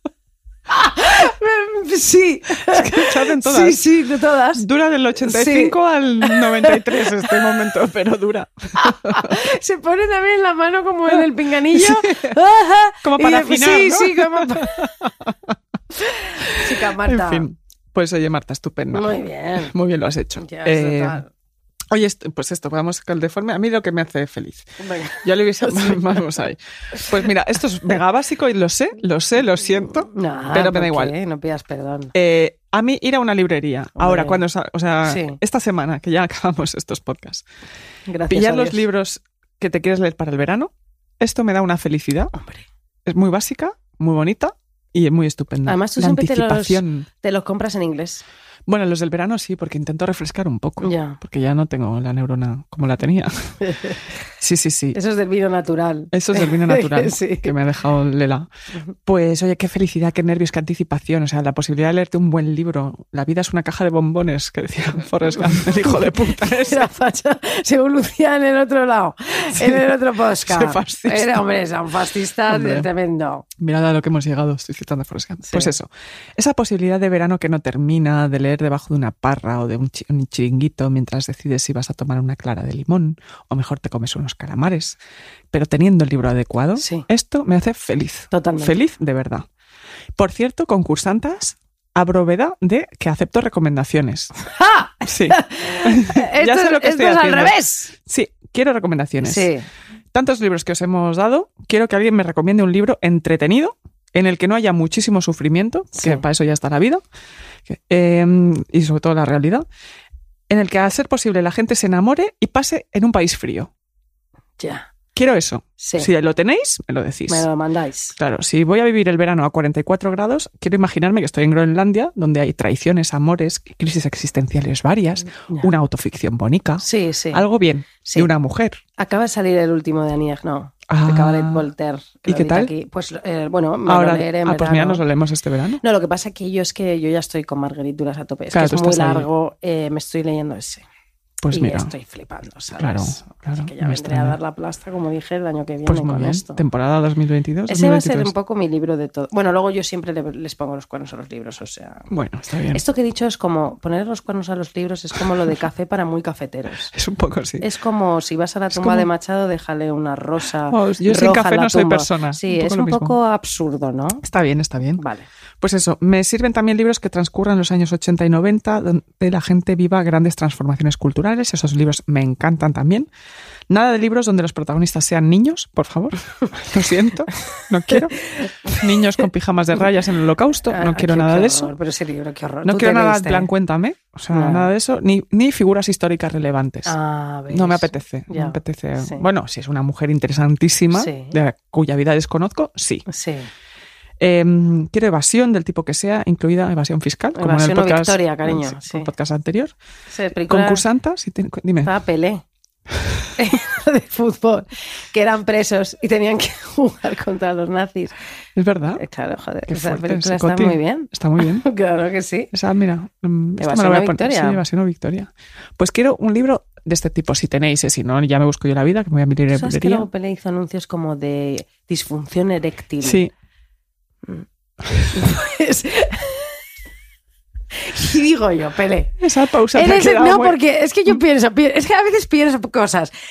C: Sí.
D: Se hacen todas.
C: Sí, sí, de todas.
D: Dura del 85 al 93 este momento, pero dura.
C: Se pone también la mano como en el pinganillo.
D: Sí.
C: Ajá.
D: Como
C: Y
D: para
C: después-
D: afinar,
C: Sí,
D: ¿no?
C: sí, como para... Chica Marta.
D: En fin. Pues oye, Marta, estupendo.
C: Muy bien.
D: Muy bien lo has hecho.
C: Ya,
D: Eh,
C: total.
D: oye, est- pues esto, vamos con el deforme. A mí lo que me hace feliz.
C: Venga.
D: Ya lo hubiese. Vamos ahí. Pues mira, esto es mega básico y lo sé, lo sé, lo siento,
C: No,
D: pero me
C: ¿por
D: da igual.
C: qué? No pidas perdón.
D: Eh, a mí ir a una librería, ahora cuando, sa- o sea,
C: Sí.
D: esta semana que ya acabamos estos podcasts,
C: Gracias.
D: pillar
C: a
D: los
C: Dios.
D: libros que te quieres leer para el verano, esto me da una felicidad. Es muy básica, muy bonita y es muy estupenda.
C: Además, tú
D: La
C: siempre te los-
D: anticipación.
C: Te los compras en inglés.
D: Bueno, los del verano sí, porque intento refrescar un poco.
C: Ya.
D: Porque ya no tengo la neurona como la tenía. Sí, sí, sí.
C: Eso es del vino natural.
D: Eso es del vino natural
C: Sí.
D: que me ha dejado Lela. Pues oye, qué felicidad, qué nervios, qué anticipación. O sea, la posibilidad de leerte un buen libro. La vida es una caja de bombones, que decía Forrest Gump, el hijo de puta. ese.
C: Era facha- se evoluciona en el otro lado, en el otro
D: Ese
C: podcast.
D: fascista.
C: Era, hombre, es un fascista
D: Hombre.
C: de- tremendo.
D: Mirad a lo que hemos llegado, estoy citando a Forrest Gump. Pues eso, esa posibilidad de verano que no termina, de leer debajo de una parra o de un, chi- un chiringuito mientras decides si vas a tomar una clara de limón o mejor te comes unos calamares, pero teniendo el libro adecuado,
C: Sí.
D: esto me hace feliz.
C: Totalmente.
D: Feliz de verdad. Por cierto, concursantas, a brovedad de que acepto recomendaciones.
C: ¡Ja!
D: Sí,
C: ¡Ah! Esto,
D: sé
C: es-
D: lo
C: esto
D: que estoy
C: es al
D: haciendo.
C: revés.
D: sí, quiero recomendaciones.
C: Sí.
D: Tantos libros que os hemos dado, quiero que alguien me recomiende un libro entretenido, en el que no haya muchísimo sufrimiento,
C: Sí.
D: que para eso ya está la vida, que- eh, y sobre todo la realidad, en el que a ser posible la gente se enamore y pase en un país frío.
C: Ya.
D: Quiero eso.
C: Sí.
D: Si lo tenéis, me lo decís.
C: Me lo mandáis.
D: Claro, si voy a vivir el verano a 44 grados, quiero imaginarme que estoy en Groenlandia, donde hay traiciones, amores, crisis existenciales varias, una autoficción bonita,
C: Sí, sí.
D: algo bien,
C: Sí.
D: y una mujer.
C: Acaba de salir el último de Anieg, no.
D: Ah.
C: De Cabaret Voltaire. que
D: ¿Y
C: lo
D: qué
C: edita
D: tal?
C: aquí. Pues eh, bueno, me
D: Ahora,
C: lo leeré en
D: ah, pues
C: verano.
D: mira, nos lo leemos este verano.
C: No, lo que pasa que yo es que yo ya estoy con margarituras a tope. Es
D: Claro,
C: que es
D: tú
C: muy
D: estás ahí.
C: largo, eh, me estoy leyendo ese.
D: Pues
C: y
D: mira.
C: estoy flipando, ¿sabes?
D: Claro,
C: Así
D: claro,
C: que ya
D: me
C: vendré a
D: extraña.
C: dar la plasta, como dije, el año que viene
D: Pues muy
C: con
D: bien, pues
C: esto.
D: temporada 2022.
C: Ese va a ser
D: 2023.
C: un poco mi libro de todo. Bueno, luego yo siempre le- les pongo los cuernos a los libros, o sea...
D: Bueno, está bien.
C: Esto que he dicho es como poner los cuernos a los libros es como lo de café para muy cafeteros.
D: Es un poco así.
C: Es como si vas a la tumba
D: como-
C: de Machado, déjale una rosa.
D: Oh, yo sin
C: roja a
D: café
C: la
D: no soy
C: tumba.
D: persona.
C: Sí,
D: Un poco
C: es
D: lo
C: un
D: mismo.
C: poco absurdo, ¿no?
D: Está bien, está bien.
C: Vale.
D: Pues eso, me sirven también libros que transcurran los años 80 y 90, donde la gente viva grandes transformaciones culturales. Esos libros me encantan también. Nada de libros donde los protagonistas sean niños, por favor. Lo siento, no quiero. Niños con pijamas de rayas en el holocausto,
C: Ah,
D: no quiero
C: qué-
D: nada
C: qué
D: de
C: horror,
D: eso.
C: Pero ese libro, qué horror.
D: No
C: Tú
D: quiero
C: te
D: nada en
C: leíste,
D: plan
C: ¿eh?
D: cuéntame, o sea,
C: Nada.
D: nada de eso, ni, ni figuras históricas relevantes.
C: Ah, ¿ves?
D: No me apetece, no
C: Ya.
D: me apetece.
C: Sí.
D: Bueno, si es una mujer interesantísima,
C: Sí.
D: de la- cuya vida desconozco, sí.
C: Sí.
D: Eh, quiero evasión del tipo que sea, incluida evasión fiscal, como en el
C: Evasión o
D: podcast,
C: victoria, cariño,
D: el
C: sí. Ah.
D: podcast anterior.
C: Sí, película-
D: Concursanta, si te- dime.
C: Estaba Pelé. de fútbol, que eran presos y tenían que jugar contra los nazis.
D: Es verdad.
C: Eh, Claro, joder,
D: Qué
C: esa
D: fuerte,
C: película está
D: psicoti.
C: muy bien.
D: Está muy bien.
C: Claro que sí.
D: Esa, mira, mm, esta me
C: Evasión
D: la voy a
C: o
D: poner.
C: victoria.
D: Sí, evasión o victoria. Pues quiero un libro de este tipo, si tenéis, eh, si no, ya me busco yo la vida, que me voy a mirar en
C: ¿Sabes que
D: librería.
C: luego Pelé hizo anuncios como de disfunción eréctil?
D: Sí,
C: Es- y digo yo, Pelé.
D: esa pausa. te ha
C: Eres-
D: quedado
C: no,
D: muy-
C: porque es que yo pienso, pi- es que a veces pienso cosas.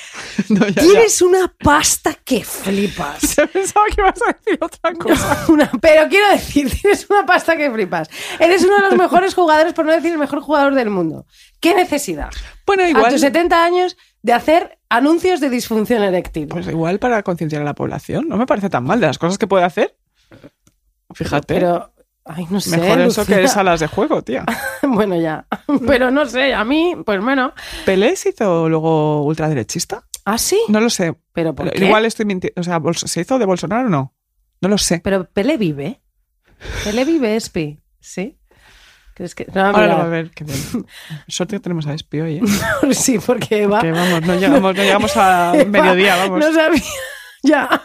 D: No, ya, ya.
C: Tienes una pasta que flipas.
D: Pensaba que ibas a decir otra cosa.
C: Una- pero quiero decir, tienes una pasta que flipas. Eres uno de los mejores jugadores, por no decir el mejor jugador del mundo. ¿Qué necesidad?
D: Bueno,
C: A
D: igual.
C: tus 70 años de hacer anuncios de disfunción eréctil.
D: Pues igual para concienciar a la población. No me parece tan mal de las cosas que puede hacer. Fíjate.
C: pero, Ay, no sé.
D: Mejor eso
C: Lucía.
D: que salas de juego, tía.
C: Bueno, ya. Pero no sé, a mí, pues bueno.
D: ¿Pelé se hizo luego ultraderechista?
C: Ah, sí.
D: No lo sé.
C: Pero ¿por
D: Pero
C: qué?
D: Igual estoy mintiendo. O sea, Bolso- ¿se hizo de Bolsonaro o no? No lo sé.
C: Pero Pele vive. Pele vive, Espi. ¿Sí? ¿Crees que.? No,
D: Ahora
C: Ah, mira.
D: lo va a ver. Qué bien. Suerte que tenemos a Espi hoy, ¿eh?
C: Sí, porque va.
D: Que vamos, no llegamos, no llegamos a mediodía, vamos.
C: No sabía. ya.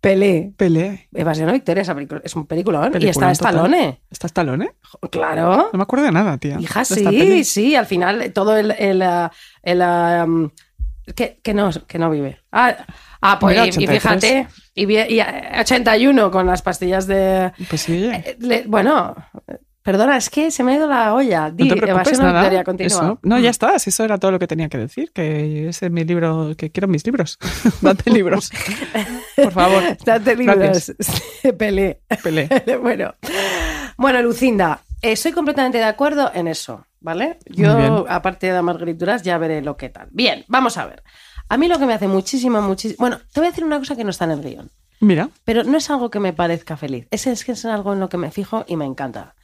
C: Pelé.
D: Pelé.
C: Evasión a Victoria esa película- es un película, ¿no? Y
D: Peliculón
C: está
D: total.
C: Stallone.
D: ¿Estás talón, eh?
C: Jo, Claro.
D: No me acuerdo de nada, tía.
C: Hija,
D: de esta
C: sí,
D: peli.
C: sí. Al final, eh, todo el. el, ah, el, ah, mm, que, que no, que no vive. Ah, ah, pues.
D: Mira,
C: y, y
D: 83.
C: fíjate. Y, vi- y, ah, 81 con las pastillas de.
D: Pues sí, oye.
C: Eh, le- bueno, eh, perdona, es que se me ha ido la olla. Di,
D: no te preocupes,
C: evasión a
D: nada.
C: Victoria, continúa. Mm.
D: Eso. No, ya está. si Eso era todo lo que tenía que decir. Que ese es mi libro, que quiero mis libros. Date libros. Por favor.
C: Date libros.
D: Gracias.
C: Pelé.
D: Pelé.
C: bueno. bueno, Lucinda, estoy completamente de acuerdo en eso, ¿vale? Yo,
D: bien.
C: aparte de las Grituras, ya veré lo que tal. Bien, vamos a ver. A mí lo que me hace muchísima, muchísima... Bueno, te voy a decir una cosa que no está en el guión,
D: Mira,
C: pero no es algo que me parezca feliz. Es, es que es algo en lo que me fijo y me encanta.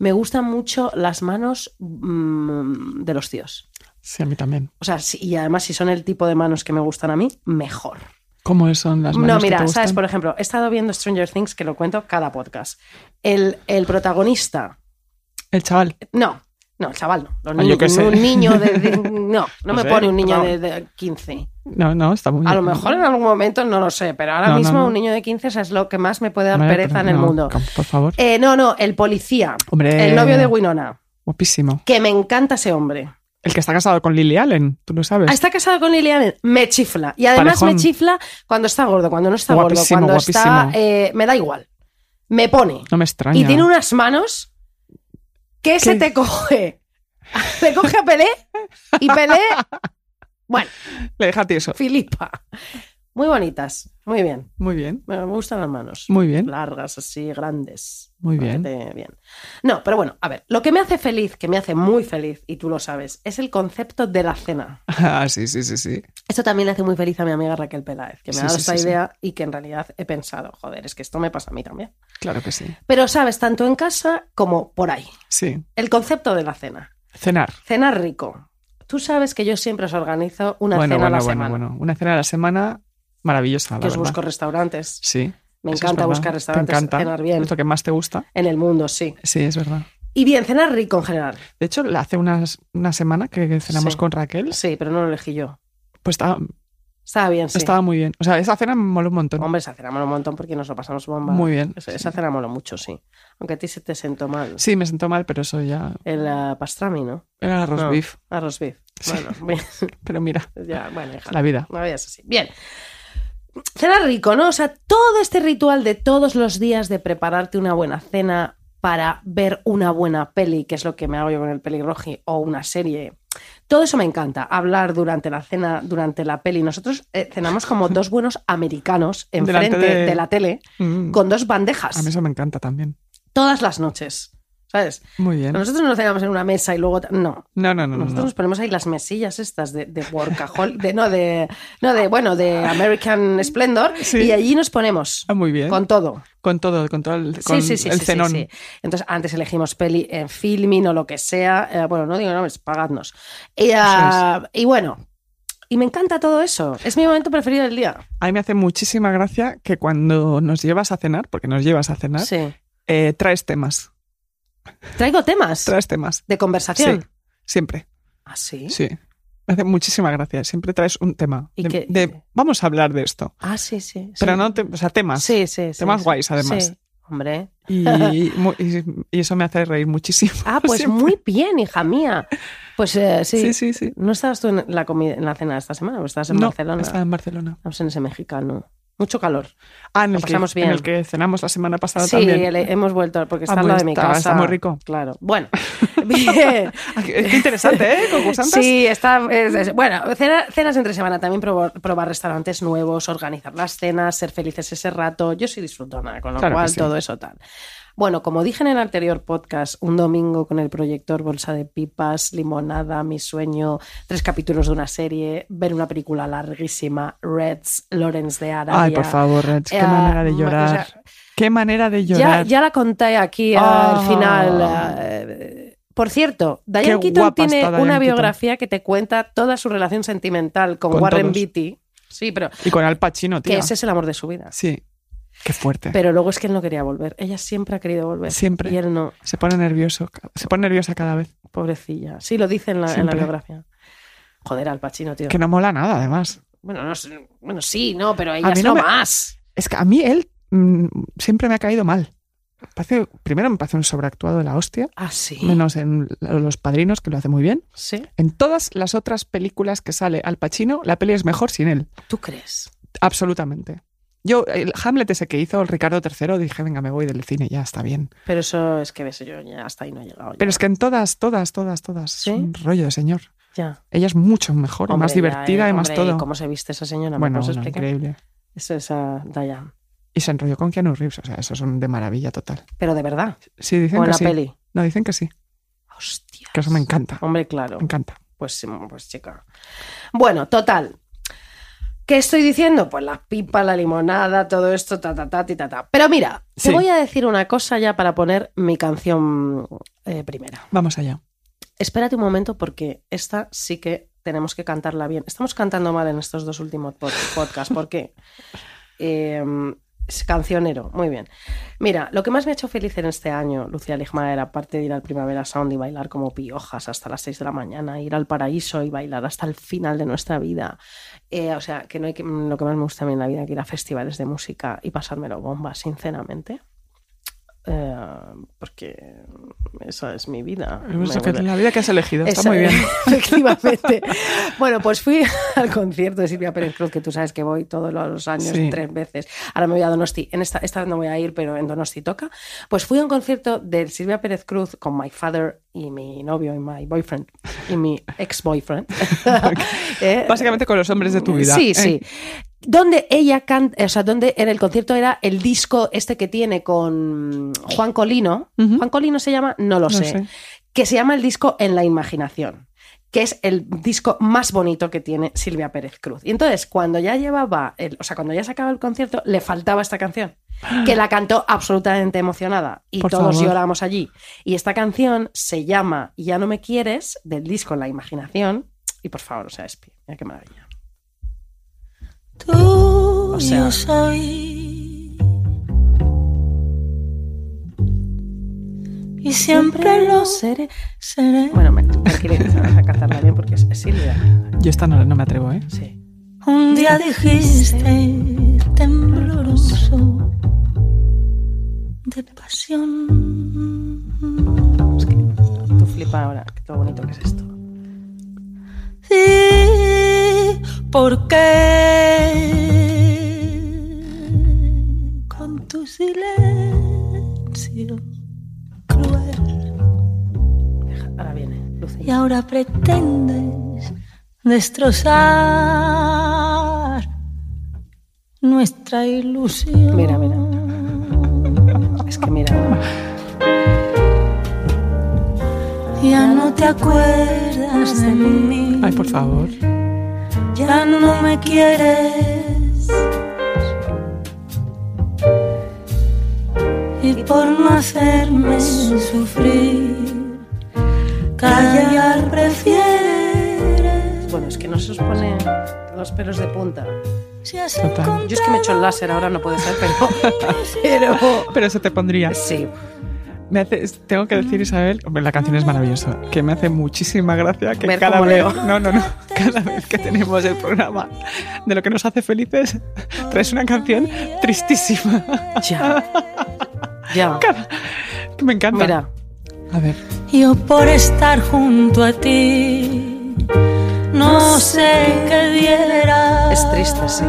C: Me gustan mucho las manos mm, de los tíos.
D: sí, a mí también.
C: O sea, sí, y además si son el tipo de manos que me gustan a mí, mejor.
D: ¿Cómo son las manos
C: No,
D: que
C: mira,
D: te gustan?
C: sabes, por ejemplo, he estado viendo Stranger Things, que lo cuento cada podcast. El, el protagonista,
D: El chaval.
C: no, no, el chaval no. Los
D: Ah,
C: ni-
D: yo qué sé.
C: Un niño de, de- No, no
D: No
C: me
D: sé,
C: pone un niño
D: no.
C: de, de 15.
D: No, no, está muy
C: A lo mejor en algún momento no lo sé, pero ahora
D: No, no,
C: mismo
D: no.
C: un niño de 15 es lo que más me puede dar
D: Vale,
C: pereza en
D: pero
C: el
D: no, Eh,
C: mundo.
D: com- Por favor.
C: Eh, no, no, el policía,
D: Hombre.
C: el novio de Winona,
D: Guapísimo.
C: que me encanta ese hombre.
D: El que está casado con Lily Allen, tú lo sabes.
C: Ah, está casado con Lily Allen. Me chifla. Y además
D: Pues Parejón.
C: me chifla cuando está gordo, cuando no está
D: Guapísimo,
C: gordo, cuando está.
D: guapísimo.
C: eh, me da igual. Me pone.
D: No me extraña.
C: Y tiene unas manos que se te coge. Se coge a Pelé y Pelé. Bueno,
D: Le deja tieso.
C: Filipa. Muy bonitas. Muy bien.
D: Muy bien,
C: Me gustan las manos.
D: muy bien.
C: Largas, así, grandes.
D: Muy bien.
C: Bastante bien. No, pero bueno, a ver, lo que me hace feliz, que me hace muy feliz, y tú lo sabes, es el concepto de la cena.
D: Ah, sí, sí, sí, sí.
C: Esto también le hace muy feliz a mi amiga Raquel Peláez, que me
D: Sí,
C: ha dado
D: sí,
C: esta
D: sí, sí.
C: idea y que en realidad he pensado, joder, es que esto me pasa a mí también.
D: Claro que sí.
C: Pero sabes, tanto en casa como por ahí.
D: Sí.
C: El concepto de la cena.
D: Cenar.
C: Cenar rico. Tú sabes que yo siempre os organizo una
D: bueno,
C: cena a
D: bueno,
C: la
D: bueno,
C: semana.
D: bueno. Una cena a la semana maravillosa, la
C: que os
D: verdad.
C: busco restaurantes.
D: Sí.
C: Me
D: eso es
C: encanta
D: verdad.
C: buscar restaurantes,
D: Te encanta.
C: cenar bien.
D: Es lo que más te gusta.
C: En el mundo, sí.
D: Sí, es verdad.
C: Y bien, cenar rico en general.
D: De hecho, la- hace unas, una semana que cenamos
C: Sí.
D: con Raquel,
C: Sí, pero no lo elegí yo.
D: pues estaba,
C: Estaba bien, sí.
D: estaba muy bien. O sea, esa cena me moló un montón.
C: Hombre, esa cena mola un montón porque nos lo pasamos bomba.
D: Muy bien.
C: Esa, esa cena mola mucho, sí. Aunque a ti se te sentó mal
D: Sí, me sentó mal, pero eso ya
C: el eh, pastrami, ¿no?
D: era el arroz
C: No.
D: beef.
C: Arroz beef.
D: Sí.
C: Bueno, bien.
D: Pero mira,
C: ya, bueno, hija.
D: la vida.
C: La vida es así. Bien. Cena rico, ¿no? O sea, todo este ritual de todos los días de prepararte una buena cena para ver una buena peli, que es lo que me hago yo con el pelirroji, o una serie. Todo eso me encanta. Hablar durante la cena, durante la peli. Nosotros eh, cenamos como dos buenos americanos
D: Delante
C: enfrente de...
D: de-
C: la tele
D: Mm.
C: con dos bandejas
D: A mí eso me encanta también.
C: todas las noches. ¿Sabes?
D: Muy bien.
C: Nosotros no nos cenamos en una mesa y luego. ta- No,
D: No, no, no, no.
C: nosotros
D: no.
C: nos ponemos ahí las mesillas estas de, de workahol- de, no, de, no, de, bueno, de American Splendor,
D: Sí.
C: y allí nos ponemos
D: Ah, muy bien.
C: con
D: Con,
C: todo.
D: todo, con todo el, con
C: sí, sí, sí,
D: el
C: sí,
D: cenón.
C: sí, sí. Entonces, antes elegimos peli en filming o lo que sea. Eh, bueno, no digo nombres, pagadnos. Y, ah, y bueno, y me encanta todo eso. Es mi momento preferido del día.
D: A mí me hace muchísima gracia que cuando nos llevas a cenar, porque nos llevas a cenar,
C: Sí.
D: eh, traes temas.
C: Traigo temas
D: Traes temas.
C: de conversación.
D: Sí. Siempre.
C: ¿Ah, sí?
D: Sí. Me hace muchísima gracia. Siempre traes un tema.
C: ¿Y
D: de,
C: qué-
D: de, vamos a hablar de esto.
C: Ah, sí, sí. sí.
D: Pero no, te- o sea, temas.
C: Sí, sí, sí,
D: temas
C: sí.
D: guays, además.
C: Sí, Hombre.
D: Y, mu- y- y eso me hace reír muchísimo.
C: Ah, pues
D: siempre.
C: muy bien, hija mía. Pues eh, sí.
D: Sí, sí, sí.
C: ¿No estabas tú en la, comida, en la cena de esta semana? ¿O estabas en
D: No,
C: Barcelona?
D: estaba en Barcelona.
C: Estamos en ese mexicano. Mucho calor.
D: Ah, en
C: Lo
D: el, que,
C: pasamos bien.
D: en el que cenamos la semana pasada
C: sí,
D: también.
C: le- hemos vuelto porque está
D: Ah,
C: al lado de
D: pues
C: mi
D: está-
C: casa.
D: está muy rico.
C: Claro. Bueno, bien.
D: Ah, qué- qué interesante, ¿eh? Concursantes.
C: Sí, está. es- es- bueno, cena- cenas entre semana también, probar, probar restaurantes nuevos, organizar las cenas, ser felices ese rato. Yo soy disfrutona, con lo
D: Claro que
C: cual
D: sí.
C: todo eso tal. Bueno, como dije en el anterior podcast, un domingo con el proyector, bolsa de pipas, limonada, mi sueño, tres capítulos de una serie, ver una película larguísima, Reds, Lawrence de Arabia.
D: Ay, por favor, Reds, qué
C: Eh,
D: manera de
C: ma- o
D: llorar.
C: sea,
D: qué manera de
C: ya,
D: llorar.
C: ya la conté aquí
D: Ah.
C: al final. eh, por cierto, Diane
D: Qué
C: Keaton
D: guapa
C: tiene
D: está Diane
C: una
D: Keaton.
C: biografía que te cuenta toda su relación sentimental con,
D: Con
C: Warren
D: todos.
C: Beatty. Sí, pero
D: Y con Al Pacino,
C: que
D: tío.
C: ese es el amor de su vida.
D: Sí. Qué fuerte.
C: Pero luego es que él no quería volver. Ella siempre ha querido volver.
D: Siempre.
C: Y él no,
D: Se pone nervioso. ca- Se pone nerviosa cada vez.
C: pobrecilla. Sí, lo dice en la, en la
D: Siempre.
C: biografía. Joder, al Pacino, tío.
D: Que no mola nada, además.
C: Bueno, no sé- bueno, sí, no, pero ella
D: A mí
C: es
D: no
C: lo
D: me-
C: más.
D: Es que a mí él mm, siempre me ha caído mal. Me parece- primero me parece un sobreactuado de la hostia,
C: Ah, sí.
D: menos en Los Padrinos, que lo hace muy bien.
C: Sí.
D: En todas las otras películas que sale Al Pacino, la peli es mejor sin él.
C: ¿Tú crees?
D: Absolutamente. Yo, el Hamlet ese que hizo el Ricardo III, dije, venga, me voy del cine, ya está bien.
C: Pero eso es que ves, yo ya hasta ahí no he llegado. ya.
D: Pero es que en todas, todas, todas, todas,
C: ¿Sí?
D: es un rollo de señor.
C: ya.
D: Ella es mucho mejor, y
C: Hombre,
D: más
C: ya,
D: divertida
C: eh,
D: y más
C: hombre,
D: todo.
C: ¿Cómo se viste esa señora? ¿Me
D: Bueno,
C: puedes
D: bueno,
C: explicar?
D: increíble.
C: Eso es ah, a Diane.
D: Y se enrolló con Keanu Reeves, o sea, eso es un de maravilla total.
C: Pero de verdad.
D: Sí, dicen
C: o en
D: que
C: la
D: sí.
C: peli.
D: No, dicen que sí,
C: Hostia.
D: que eso me encanta.
C: Hombre, claro.
D: Me encanta.
C: Pues, sí, pues chica. Bueno, total. ¿Qué estoy diciendo? Pues la pipa, la limonada, todo esto, ta, ta, ta, ti, ta, ta. Pero mira, te
D: Sí.
C: voy a decir una cosa ya para poner mi canción eh, primera.
D: Vamos allá.
C: Espérate un momento porque esta sí que tenemos que cantarla bien. Estamos cantando mal en estos dos últimos pod- podcasts. ¿Por qué? Eh, es cancionero, muy bien. Mira, lo que más me ha hecho feliz en este año, Lucía Ligmaer, aparte de ir al Primavera Sound y bailar como piojas hasta las 6 de la mañana, ir al paraíso y bailar hasta el final de nuestra vida. eh, o sea, que no hay que, lo que más me gusta a mí en la vida que ir a festivales de música y pasármelo bomba, sinceramente. Eh, porque esa es mi vida. Me
D: Eso que
C: vuelve-
D: la vida que has elegido, está
C: esa-
D: muy bien.
C: Efectivamente. bueno, pues fui al concierto de Silvia Pérez Cruz, que tú sabes que voy todos los años
D: Sí.
C: tres veces. Ahora me voy a Donosti. En esta, esta no voy a ir, pero en Donosti toca. Pues fui a un concierto de Silvia Pérez Cruz con my father y mi novio y my boyfriend y mi ex-boyfriend. Eh,
D: Básicamente con los hombres de tu vida.
C: Sí,
D: ¿eh?
C: sí. Donde ella canta, o sea, donde en el concierto era el disco este que tiene con Juan Colino.
D: Ujú.
C: ¿Juan Colino se llama? No lo
D: No
C: sé
D: sé.
C: que se llama el disco En la imaginación, que es el disco más bonito que tiene Silvia Pérez Cruz. Y entonces, cuando ya llevaba, el- o sea, cuando ya se acababa el concierto, le faltaba esta canción, que la cantó absolutamente emocionada y
D: Por
C: todos
D: favor.
C: lloramos allí. Y esta canción se llama Ya no me quieres, del disco En la imaginación. Y por favor, o sea, Espi, mira qué maravilla.
F: Tú
C: O sea-
F: yo soy. Y siempre lo
C: seré.
F: seré.
C: Bueno, me tranquiliza, vamos a cantarla bien porque es, es Silvia.
D: Yo esta no, no me atrevo, ¿eh?
C: Sí.
F: Un día dijiste tembloroso de pasión.
C: Tú flipa ahora, lo bonito que es esto.
F: Sí, porque con tu silencio cruel
C: Ahora viene,
F: y
C: Lucía.
F: ahora pretendes destrozar nuestra ilusión.
C: Mira, mira. Es que mira.
F: Ya no te acuerdas de mí.
D: Ay, por favor.
F: Ya no me quieres. Y por no hacerme sufrir, callar prefieres.
C: Bueno, es que no se os pone los pelos de punta.
F: Si has
D: Total.
F: encontrado
C: Yo es que me he hecho el láser, ahora no puede ser, pero. pero...
D: Pero se te pondría.
C: Sí,
D: Me hace, tengo que decir, Isabel, hombre, la canción es maravillosa, que me hace muchísima gracia que
C: Ver
D: cada
C: cómo
D: vez,
C: leo.
D: no, no, no, cada vez que tenemos el programa de lo que nos hace felices, traes una canción tristísima.
C: ya. Ya.
D: que me encanta.
C: Mira,
D: A ver,
F: Yo por estar junto a ti, no sé qué diera.
C: es triste, sí.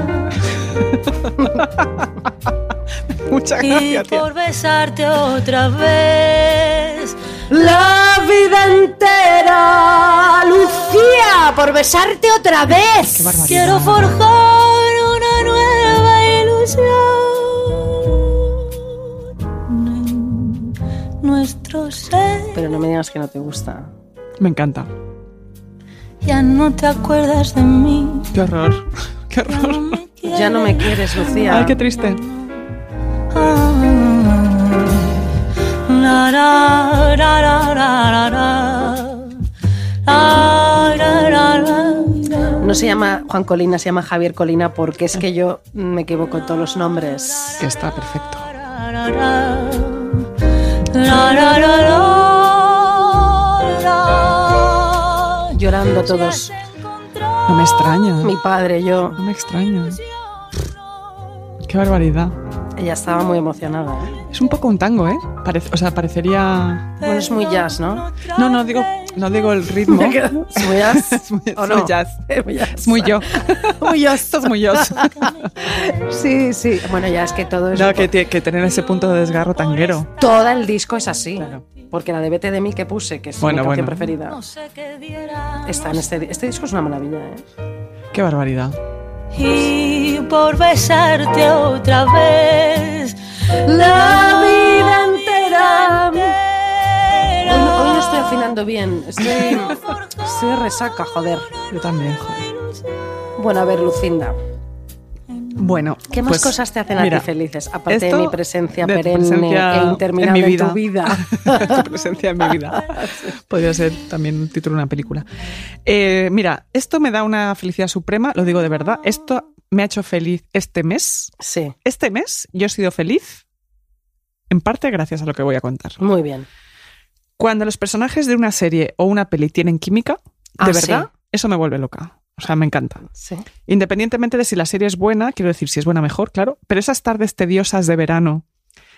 D: muchas
F: Y
D: gracias.
F: por besarte otra vez.
C: La vida entera, Lucía, por besarte otra vez.
F: Quiero forjar una nueva ilusión. nuestro ser.
C: Pero no me digas que no te gusta.
D: Me encanta.
F: Ya no te acuerdas de mí.
D: Qué horror. Qué
F: Ya no
D: horror.
F: me quieres.
C: Ya no me quieres, Lucía.
D: Ay, qué triste.
F: La, la, la, la, la, la, la. La, la, la, la, la.
C: No se llama Juan Colina, se llama Javier Colina porque es que yo me equivoco en todos los nombres.
D: Que está perfecto.
C: Llorando todos.
D: No me extraña.
C: Mi padre, yo.
D: No me extraña. Qué barbaridad.
C: Ella estaba muy emocionada. ¿eh?
D: Es un poco un tango, ¿eh? Parece- o sea, parecería.
C: Bueno, es muy jazz, ¿no?
D: No, no digo, no digo el ritmo.
C: Es muy jazz.
D: Es muy-
C: ¿o
D: es
C: no?
D: muy jazz.
C: Es muy jazz.
D: Es muy yo. muy yo. Esto es muy yo.
C: Sí, sí. Bueno, ya es que todo es.
D: No, que, tie- que tener ese punto de desgarro tanguero.
C: Todo el disco es así. Porque la de Vete de mí que puse, que es
D: Bueno,
C: mi canción
D: bueno.
C: preferida,
F: No sé qué diera.
C: está en este. Este disco es una maravilla, ¿eh?
D: Qué barbaridad.
F: Y por besarte otra vez.
C: La vida
F: entera.
C: Hoy, hoy no estoy afinando bien. Estoy. Se resaca, joder.
D: Yo también, joder.
C: Bueno, a ver, Lucinda.
D: Bueno.
C: ¿Qué más
D: pues,
C: cosas te hacen a
D: mira,
C: ti felices? Aparte de
D: esto
C: mi presencia
D: de tu
C: perenne
D: presencia
C: e interminable
D: en mi vida.
C: tu vida.
D: tu presencia en mi vida. Podría ser también un título de una película. Eh, mira, esto me da una felicidad suprema, lo digo de verdad. Esto me ha hecho feliz este mes.
C: Sí,
D: Este mes yo he sido feliz, en parte gracias a lo que voy a contar.
C: muy bien.
D: Cuando los personajes de una serie o una peli tienen química, de
C: Ah,
D: verdad,
C: sí.
D: eso me vuelve loca. O sea, me encanta.
C: Sí.
D: Independientemente de si la serie es buena, quiero decir, si es buena mejor, claro, pero esas tardes tediosas de verano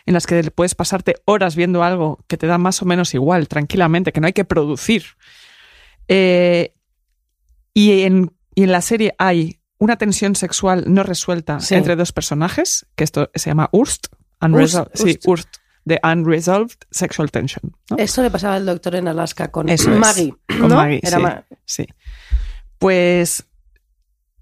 D: en las que puedes pasarte horas viendo algo que te da más o menos igual, tranquilamente, que no hay que producir. eh, y, en, y en la serie hay una tensión sexual no resuelta
C: Sí.
D: entre dos personajes, que esto se llama URST,
C: Urst,
D: unresol- sí,
C: Urst.
D: URST, de Unresolved Sexual Tension. ¿no?
C: Esto le pasaba al doctor en Alaska con
D: Eso es.
C: Maggie.
D: Con
C: ¿no?
D: Maggie,
C: Era
D: sí.
C: Ma-
D: Sí. Pues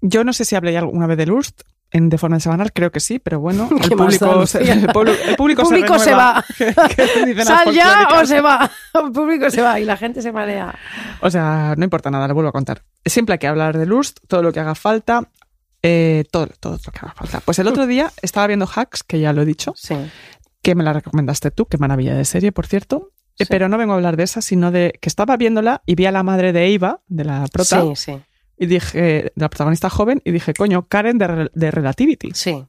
D: yo no sé si hablé ya alguna vez del URST en de forma semanal, creo que sí, pero bueno, el
C: ¿Qué más da,
D: público, se,
C: Lucía?
D: el público, el público se
C: Público se
D: renueva.
C: va.
D: ¿Qué dicen las
C: Sal ya o
D: folclóricas?
C: se va. El público se va y la gente se marea.
D: O sea, no importa nada, lo vuelvo a contar. Siempre hay que hablar del URST, todo lo que haga falta, eh, todo, todo lo que haga falta. Pues el otro día estaba viendo Hacks, que ya lo he dicho,
C: Sí.
D: que me la recomendaste tú, qué maravilla de serie, por cierto.
C: Sí.
D: Eh, Pero no vengo a hablar de esa, sino de que estaba viéndola y vi a la madre de Eva, de la prota,
C: Sí, sí.
D: y dije, la protagonista joven, y dije, coño, Karen de, Rel- de Relativity,
C: Sí.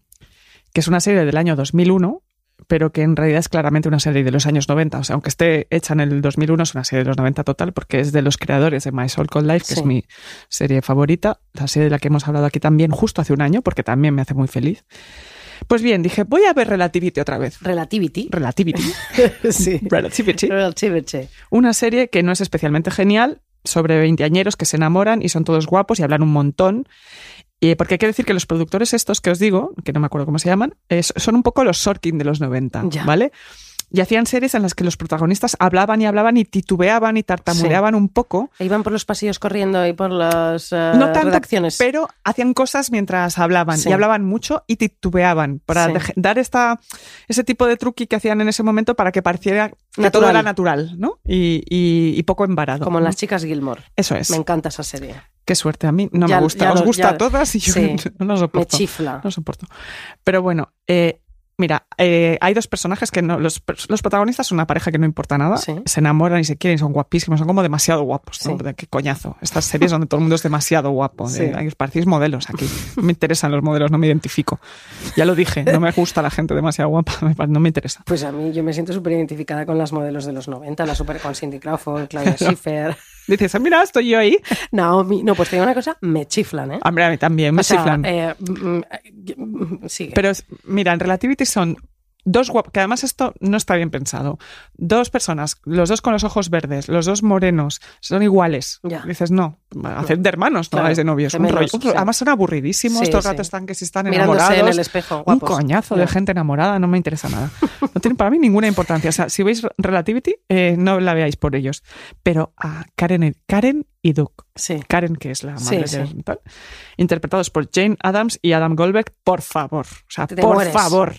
D: que es una serie del año 2001, pero que en realidad es claramente una serie de los años 90. O sea, aunque esté hecha en el 2001, es una serie de los 90 total, porque es de los creadores de My Soul Cold Life, que
C: Sí.
D: es mi serie favorita, la serie de la que hemos hablado aquí también justo hace un año, porque también me hace muy feliz. Pues bien, dije, voy a ver Relativity otra vez.
C: Relativity.
D: Relativity.
C: sí.
D: Relativity.
C: Relativity.
D: Una serie que no es especialmente genial, sobre veinteañeros que se enamoran y son todos guapos y hablan un montón. Y porque hay que decir que los productores estos que os digo, que no me acuerdo cómo se llaman, es- son un poco los Sorkin de los 90,
C: Ya.
D: ¿vale? Y hacían series en las que los protagonistas hablaban y hablaban y titubeaban y tartamudeaban un poco.
C: E Iban por los pasillos corriendo y por las eh,
D: No tanto,
C: redacciones.
D: pero hacían cosas mientras hablaban
C: Sí.
D: y hablaban mucho y titubeaban para
C: Sí.
D: deje- dar esta, ese tipo de truqui que hacían en ese momento para que pareciera que todo
C: Natural.
D: era natural, ¿no? Y, y- y poco embarado.
C: Como
D: ¿no?
C: las chicas Gilmore.
D: Eso es.
C: Me encanta esa serie.
D: Qué suerte a mí. No
C: Ya-
D: me gusta.
C: ya
D: Os
C: lo-
D: gusta
C: ya-
D: a todas y yo
C: sí.
D: no lo
C: Me
D: soporto.
C: chifla.
D: No soporto. Pero bueno, eh, mira, eh, hay dos personajes que no. Los, pers- los protagonistas son una pareja que no importa nada.
C: Sí.
D: Se enamoran y se quieren, y son guapísimos, son como demasiado guapos. ¿no?
C: Sí.
D: De- Qué coñazo. Estas series donde todo el mundo es demasiado guapo.
C: Sí.
D: de, "Ay, os parecéis modelos aquí. No me interesan los modelos, no me identifico. Ya lo dije, no me gusta la gente demasiado guapa, me pa- no me interesa.
C: Pues a mí yo me siento súper identificada con las modelos de los 90, la super con Cindy Crawford, Claudia Schiffer,
D: Dices, "Ah, mira, estoy yo ahí.
C: Naomi. No, pues te digo una cosa, me chiflan, ¿eh?
D: Hombre, a mí también Ah, me
C: O sea,
D: chiflan.
C: eh, mm, mm, sigue.
D: Pero es- mira, en Relativity son dos guapos, que además esto no está bien pensado. Dos personas, los dos con los ojos verdes, los dos morenos, son iguales.
C: Ya.
D: Dices, no, hacer de hermanos, no
C: Claro,
D: hagáis de novios.
C: de
D: Un rollo.
C: menos,
D: Un rollo.
C: sí.
D: Además son aburridísimos,
C: Sí,
D: todos
C: sí.
D: ratos están que si están
C: Mirándose
D: enamorados.
C: en el espejo,
D: un
C: guapos.
D: coñazo
C: Ya.
D: de gente enamorada, no me interesa nada. No tiene para mí ninguna importancia. O sea, si veis Relativity, eh, no la veáis por ellos. Pero a Karen, Karen y Duke.
C: Sí.
D: Karen, que es la madre
C: Sí,
D: de
C: sí.
D: tal, interpretados por Jane Adams y Adam Goldberg, por favor. O sea,
C: Te
D: por
C: mueres.
D: favor.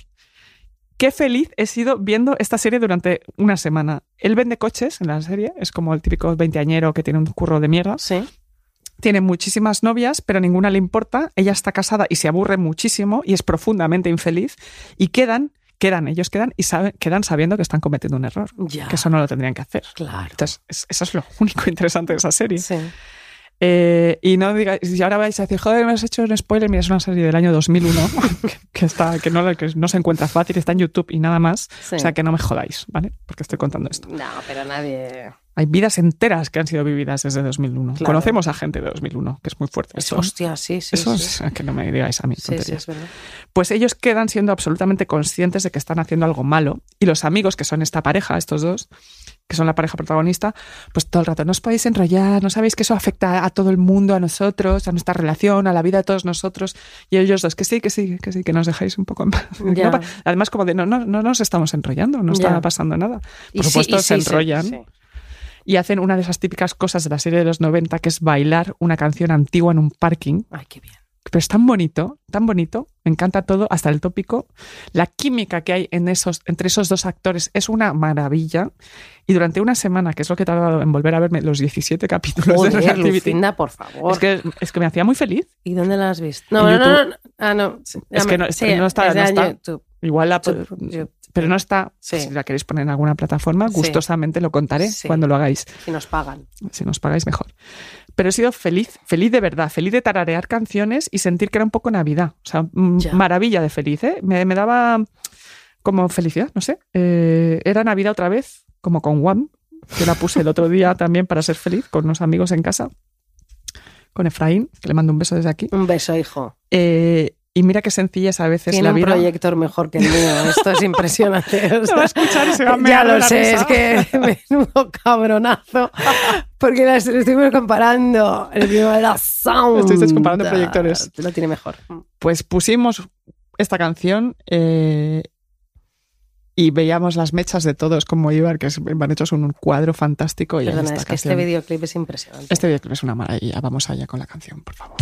D: qué feliz he sido viendo esta serie durante una semana. Él vende coches en la serie, es como el típico veinteañero que tiene un curro de mierda.
C: Sí.
D: Tiene muchísimas novias, pero ninguna le importa. Ella está casada y se aburre muchísimo y es profundamente infeliz. Y quedan, quedan, ellos quedan y saben, quedan sabiendo que están cometiendo un error.
C: Ya.
D: Que eso no lo tendrían que hacer.
C: Ah. Claro.
D: Entonces, es- eso es lo único interesante de esa serie.
C: Sí.
D: Eh, y no digáis, y ahora vais a decir, joder, me has hecho un spoiler, mira, es una serie del año 2001, que, que está, que, no, la- que no se encuentra fácil, está en YouTube y nada más.
C: Sí.
D: O sea, que no me jodáis, ¿vale? Porque estoy contando esto.
C: No, pero nadie.
D: Hay vidas enteras que han sido vividas desde 2001.
C: Claro.
D: Conocemos a gente de 2001, que es muy fuerte. Eso,
C: Hostia, sí, sí.
D: eso
C: sí.
D: es que no me digáis a mí.
C: Sí, sí,
D: tonterías.
C: es verdad.
D: Pues ellos quedan siendo absolutamente conscientes de que están haciendo algo malo. Y los amigos, que son esta pareja, estos dos, que son la pareja protagonista, pues todo el rato, no os podéis enrollar, no sabéis que eso afecta a todo el mundo, a nosotros, a nuestra relación, a la vida de todos nosotros. Y ellos dos, que sí, que sí, que sí, que nos dejáis un poco en paz.
C: Ya.
D: No pa- Además, como de, no, no, no nos estamos enrollando, no
C: Ya.
D: está pasando nada. Por
C: sí,
D: supuesto,
C: y
D: se
C: sí, sí,
D: enrollan
C: sí.
D: y hacen una de esas típicas cosas de la serie de los 90, que es bailar una canción antigua en un parking
C: Ay, qué bien.
D: pero es tan bonito, tan bonito, me encanta todo, hasta el tópico. La química que hay en esos, entre esos dos actores es una maravilla. Y durante una semana, que es lo que he tardado en volver a verme los 17 capítulos de
C: Joder,
D: Relativity,
C: Lucinda, por favor.
D: es que, es que me hacía muy feliz.
C: ¿Y dónde la has visto?
D: En
C: No, no, no,
D: YouTube.
C: no. Ah, no.
D: Es que no-
C: Sí,
D: no está-
C: es de
D: no está.
C: YouTube.
D: Igual la,
C: Chup, chup.
D: pero no está.
C: Sí.
D: Si la queréis poner en alguna plataforma,
C: Sí.
D: gustosamente lo contaré
C: Sí.
D: cuando lo hagáis.
C: Si nos pagan.
D: si nos pagáis mejor. Pero he sido feliz, feliz de verdad, feliz de tararear canciones y sentir que era un poco Navidad. O sea, mm,
C: Ya.
D: maravilla de feliz, ¿eh? Me, me daba como felicidad, no sé. Eh, era Navidad otra vez, como con Juan, que la puse el otro día también para ser feliz, con unos amigos en casa, con Efraín, que le mando un beso desde aquí.
C: Un beso, hijo.
D: Eh, y mira qué sencilla es a veces
C: Tiene
D: la
C: un
D: vida.
C: proyector mejor que el mío. Esto es impresionante. o
D: Lo va a
C: sea.
D: escuchar y se va a
C: ya
D: mear de
C: lo
D: la
C: sé,
D: risa.
C: es que menudo cabronazo. Porque las estuvimos comparando. El primero era Sound.
D: Estuvisteis comparando proyectores.
C: Lo tiene mejor.
D: pues pusimos esta canción eh, y veíamos las mechas de todos como iban, que es- van hechos un cuadro fantástico. Y
C: Perdona,
D: esta
C: es que
D: canción-
C: este videoclip es impresionante.
D: Este videoclip es una maravilla. Vamos allá con la canción, por favor.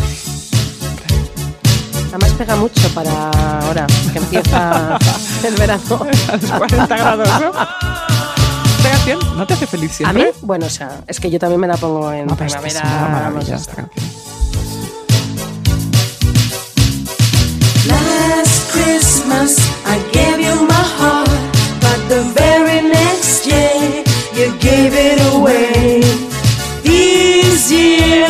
C: Además pega mucho para ahora, que empieza el verano.
D: A los 40 grados, ¿no? Esta canción no te hace feliz
C: ¿A
D: siempre.
C: mí? Bueno, o sea, es que yo también me la pongo en
D: No, Ah, pero es que es
C: primavera.
D: una maravilla
C: vamos,
D: esta canción.
B: Last Christmas, I gave you my heart, but the very next year, you gave it away. This year,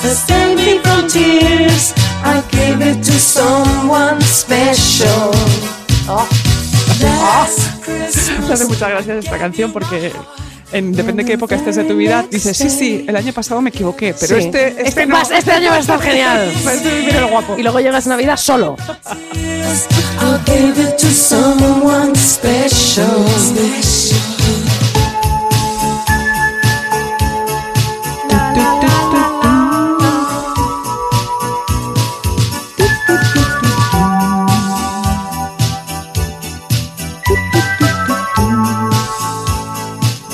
B: the same me from tears, I gave it to someone special. Last Christmas.
D: Me hace muchas gracias esta canción porque en- depende de qué época estés de tu vida, dices, sí, sí, el año pasado me equivoqué, pero
C: Sí.
D: este, este, no.
C: pas- este año va a estar genial.
D: Este mira el guapo.
C: Y luego llegas a Navidad solo.
B: I gave it to someone special.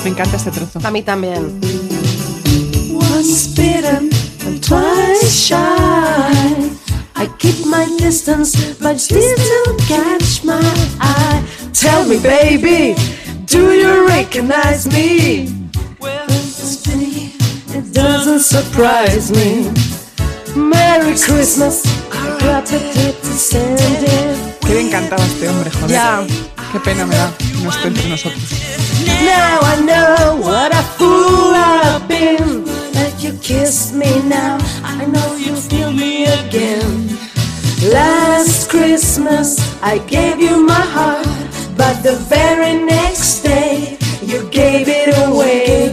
D: Me encanta este trozo.
C: A mí también.
B: Once bitten and twice shy. I keep my distance, but you still catch my eye. Tell me, baby, do you recognize me? Well, it's been a year, it doesn't surprise me. Merry Christmas, I got a gift to send it.
D: Qué bien cantaba este hombre, joder.
C: Ya.
D: Qué pena me da que no esté entre nosotros.
B: Now I know what a fool I've been. That you kiss me now, I know you feel me again. Last Christmas, I gave you my heart, but the very next day, you gave it away.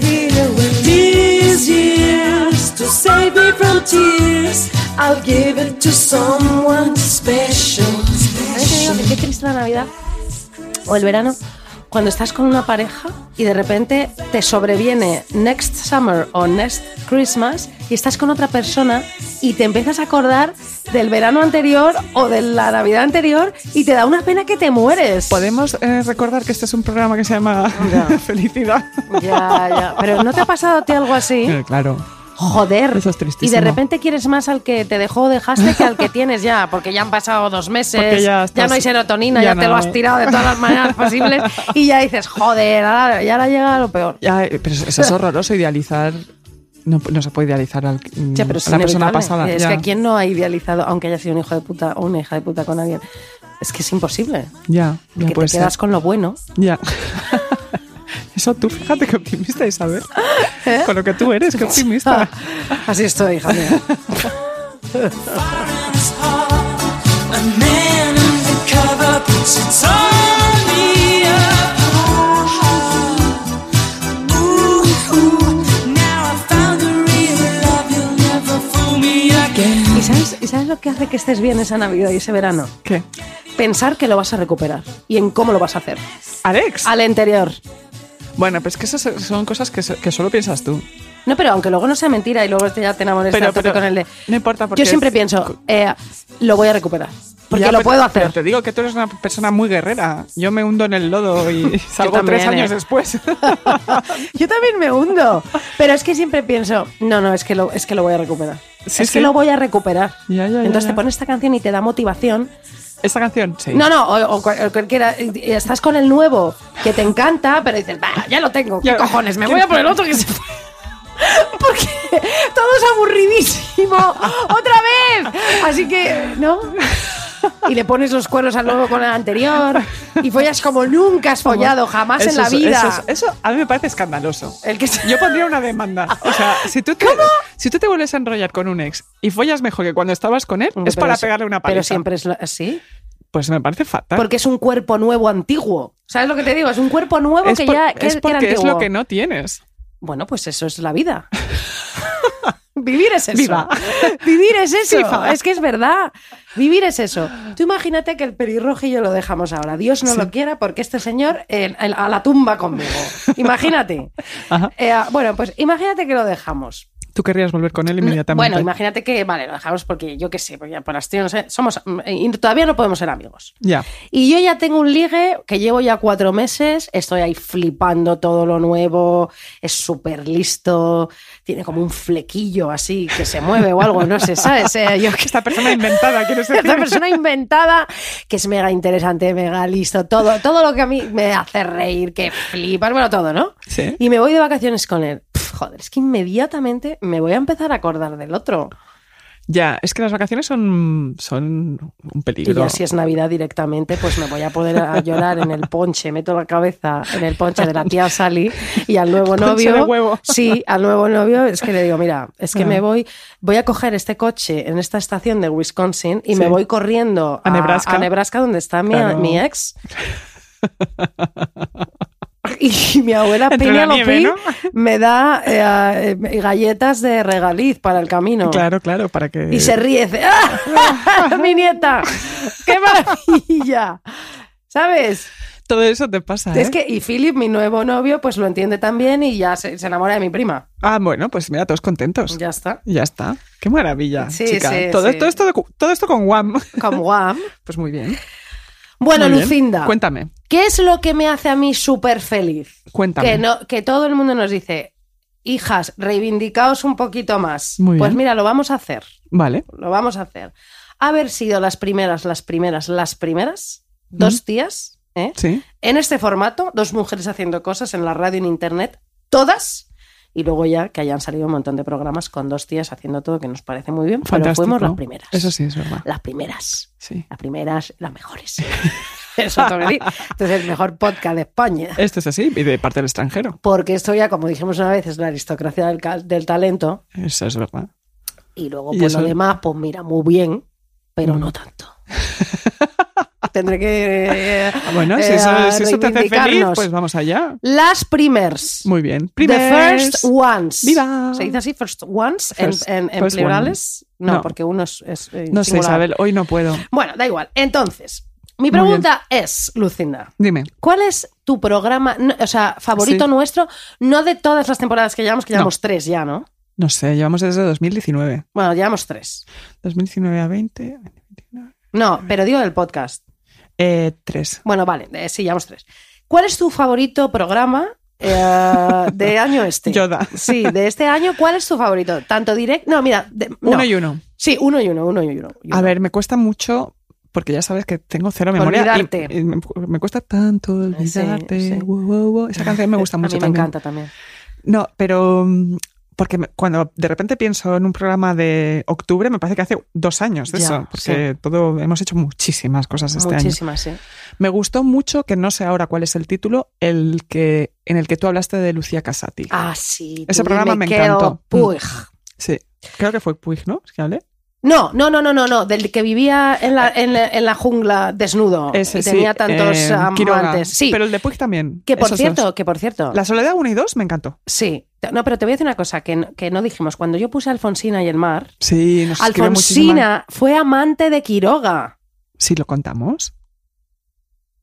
B: These years to save me from tears, I'll give it to someone special.
C: ¿Sabes qué digo? Que qué triste la Navidad o el verano cuando estás con una pareja y de repente te sobreviene next summer o next Christmas y estás con otra persona y te empiezas a acordar del verano anterior o de la Navidad anterior y te da una pena que te mueres.
D: Podemos eh, recordar que este es un programa que se llama
C: Ya.
D: Felicidad.
C: Ya, ya. Pero ¿no te ha pasado a ti algo así?
D: Eh, Claro.
C: Joder.
D: Eso es
C: y
D: tristísimo.
C: de repente quieres más al que te dejó o dejaste que al que tienes ya, porque ya han pasado dos meses,
D: Porque
C: ya,
D: ya estás-
C: no hay serotonina, ya,
D: ya
C: te lo
D: no.
C: has tirado de todas las maneras posibles y ya dices, joder, ahora, y ahora llega lo peor.
D: Ya, eh, pero eso es horroroso idealizar. No, no se puede idealizar al,
C: Ya, pero es
D: a la persona
C: inevitable.
D: pasada.
C: Es
D: ya.
C: que a quién no ha idealizado, aunque haya sido un hijo de puta o una hija de puta con alguien. Es que es imposible.
D: Ya, ya
C: que te
D: puede
C: quedas
D: ser.
C: con lo bueno.
D: Ya. Eso tú, fíjate qué optimista, Isabel.
C: ¿Eh?
D: Con lo que tú eres, qué optimista.
C: Así estoy, hija mía. ¿Y sabes, ¿Y sabes lo que hace que estés bien esa Navidad y ese verano?
D: ¿Qué?
C: Pensar que lo vas a recuperar y en cómo lo vas a hacer.
D: Alex.
C: Al interior.
D: Bueno, pero es que esas son cosas que, so- que solo piensas tú.
C: No, pero aunque luego no sea mentira y luego te- ya te enamores
D: Pero-
C: a tope
D: pero
C: con el de...
D: no importa, porque-
C: Yo siempre pienso, eh, lo voy a recuperar. Porque
D: Ya,
C: lo
D: pero-
C: puedo
D: pero
C: hacer.
D: te digo que tú eres una persona muy guerrera. Yo me hundo en el lodo y salgo
C: también,
D: tres años
C: ¿eh?
D: después.
C: Yo también me hundo. Pero es que siempre pienso, no, no, es que lo, es que lo voy a recuperar.
D: Sí,
C: es
D: sí.
C: que lo voy a recuperar.
D: Ya, ya, ya,
C: Entonces
D: ya.
C: te pones esta canción y te da motivación.
D: Esta canción, sí.
C: No, no, o, o cual- o cualquiera. y- y Estás con el nuevo que te encanta, pero dices, va, ya lo tengo. ¿Qué
D: Ya-
C: cojones? Me voy a poner otro que se. Porque todo es aburridísimo. ¡Otra vez! Así que, ¿no? Y le pones los cuernos al nuevo con el anterior. Y follas como nunca has follado, jamás en
D: Eso
C: la
D: es-
C: vida.
D: Eso, es- eso a mí me parece escandaloso.
C: El que se-
D: Yo pondría una demanda. O sea, si tú, te, si tú te vuelves a enrollar con un ex y follas mejor que cuando estabas con él,
C: Hombre,
D: es
C: pero
D: para pegarle una paliza.
C: Pero siempre es lo- así.
D: Pues me parece fatal.
C: Porque es un cuerpo nuevo antiguo. ¿Sabes lo que te digo? Es un cuerpo nuevo
D: es,
C: que
D: por-
C: ya que-
D: es
C: que era
D: porque es
C: antiguo.
D: lo que no tienes.
C: Bueno, pues eso es la vida. Vivir es eso.
D: Viva.
C: Vivir es eso.
D: Viva.
C: Es que es verdad. Vivir es eso. Tú imagínate que el pelirrojo y yo lo dejamos ahora. Dios no lo quiera porque este señor eh, el- a la tumba conmigo. Imagínate.
D: Ajá.
C: Eh, bueno, pues imagínate que lo dejamos.
D: Tú querrías volver con él inmediatamente.
C: Mm, Bueno, imagínate que, vale, lo dejamos porque yo qué sé, porque por hastío, no sé, somos, mm, y todavía no podemos ser amigos.
D: Ya.
C: Y yo ya tengo un ligue que llevo ya cuatro meses, estoy ahí flipando todo lo nuevo, es súper listo, tiene como un flequillo así que se mueve o algo, no sé, ¿sabes? Eh, yo que
D: Esta persona inventada, quieres decir.
C: esta persona inventada que es mega interesante, mega listo, todo, todo lo que a mí me hace reír, que flipas, bueno, todo, ¿no?
D: Sí.
C: Y me voy de vacaciones con él. Pf, joder, es que inmediatamente me voy a empezar a acordar del otro.
D: Ya, es que las vacaciones son, son un
C: Y
D: peligro.
C: ya si es Navidad directamente, pues me voy a poder a llorar en el ponche, meto la cabeza en el ponche de la tía Sally y al nuevo
D: Ponche
C: novio.
D: de huevo. Ah.
C: Sí, al nuevo novio es que le digo, mira, es que me voy, voy a coger este coche en esta estación de Wisconsin y me
D: Sí.
C: voy corriendo
D: A Nebraska.
C: a Nebraska donde está mi,
D: Claro.
C: mi ex. Y mi abuela
D: Entre la
C: Penelope
D: nieve, ¿no?
C: me da eh, eh, galletas de regaliz para el camino.
D: Claro, claro, para que.
C: Y se ríe. dice, ¡Ah! ¡Mi nieta! ¡Qué maravilla! ¿Sabes?
D: Todo eso te pasa.
C: Es
D: ¿eh?
C: que, y Philip, mi nuevo novio, pues lo entiende también y ya se, se enamora de mi prima.
D: Ah, bueno, pues mira, todos contentos.
C: Ya está.
D: Ya está. Qué maravilla,
C: Sí,
D: chica.
C: sí,
D: todo,
C: sí.
D: todo esto, de- todo esto con Guam.
C: Como guam.
D: Pues muy bien.
C: Bueno,
D: Muy bien.
C: Lucinda,
D: Cuéntame.
C: ¿qué es lo que me hace a mí súper feliz?
D: Cuéntame.
C: Que, no, que todo el mundo nos dice, hijas, reivindicaos un poquito más.
D: Muy
C: pues
D: bien.
C: mira, lo vamos a hacer.
D: Vale.
C: Lo vamos a hacer. Haber sido las primeras, las primeras, las primeras,
D: ¿Mm?
C: dos días, ¿eh?
D: Sí.
C: en este formato, dos mujeres haciendo cosas en la radio y en internet, todas, y luego ya que hayan salido un montón de programas con dos tías haciendo todo que nos parece muy bien, pero
D: Fantástico.
C: fuimos las primeras.
D: Eso sí, es verdad.
C: Las primeras.
D: Sí.
C: Las primeras, las mejores. Eso tengo que decir. Entonces, el mejor podcast de España.
D: Esto es así, y de parte del extranjero.
C: Porque esto ya, como dijimos una vez, es la aristocracia del, ca- del talento.
D: Eso es verdad.
C: Y luego,
D: Y
C: pues lo
D: eso- Mm.
C: demás, pues mira, muy bien, pero no tanto. Tendré que. eh,
D: Ah, Bueno, si
C: eh,
D: eso, si eso te hace feliz,
C: reivindicarnos.
D: pues vamos allá.
C: Las primers.
D: Muy bien.
C: The
D: Primers.
C: first ones.
D: Viva.
C: ¿Se dice así? First ones
D: First-
C: en, en- en
D: first
C: plurales.
D: one.
C: No,
D: No.
C: porque uno es, es, eh,
D: No sé,
C: singular.
D: Isabel, hoy no puedo.
C: Bueno, da igual. Entonces, mi
D: bien.
C: pregunta es, Lucinda,
D: Dime.
C: ¿cuál es tu programa, no, o sea, favorito
D: Sí.
C: nuestro? No de todas las temporadas que llevamos, que
D: No.
C: llevamos tres ya, ¿no?
D: No sé, llevamos desde 2019.
C: Bueno, llevamos tres.
D: 2019 a 20.
C: No, pero digo del podcast.
D: Eh, tres.
C: Bueno, vale, eh, sí, llevamos tres. ¿Cuál es tu favorito programa Eh, de año este.
D: Yoda.
C: Sí, de este año, ¿cuál es tu favorito? Tanto directo. No, mira. de- no.
D: Uno y uno.
C: Sí, uno y uno, uno y uno. y
D: A
C: uno.
D: ver, me cuesta mucho, porque ya sabes que tengo cero memoria. y-
C: Olvidarte.
D: y me, me cuesta tanto olvidarte.
C: sí. Ah,
D: wow, wow, wow. Esa canción me
C: A
D: gusta
C: mí
D: mucho
C: me
D: también.
C: encanta también.
D: No, pero mm, porque me- cuando de repente pienso en un programa de octubre, me parece que hace dos años de
C: Ya,
D: eso, porque todo hemos hecho muchísimas cosas este año.
C: Muchísimas, sí.
D: Me gustó mucho que no sé ahora cuál es el título, el que en el que tú hablaste de Lucía Casati.
C: Ah, sí.
D: Ese
C: tú
D: programa me
C: quedo,
D: encantó.
C: Puig.
D: Sí, creo que fue Puig, ¿no? ¿Es que hablé?
C: No, no, no, no, no, no, del que vivía en la, en la, en la jungla desnudo.
D: Ese
C: y tenía
D: sí,
C: tantos
D: eh, Quiroga.
C: amantes. Sí,
D: Pero el de Puig también.
C: que por
D: esos
C: cierto,
D: dos.
C: que por cierto.
D: La Soledad 1 y 2 me encantó.
C: Sí. No, pero te voy a decir una cosa que no, que no dijimos. Cuando yo puse a Alfonsina y el mar,
D: Sí, nos escribe muchísima-
C: Alfonsina fue amante de Quiroga.
D: Sí, lo contamos.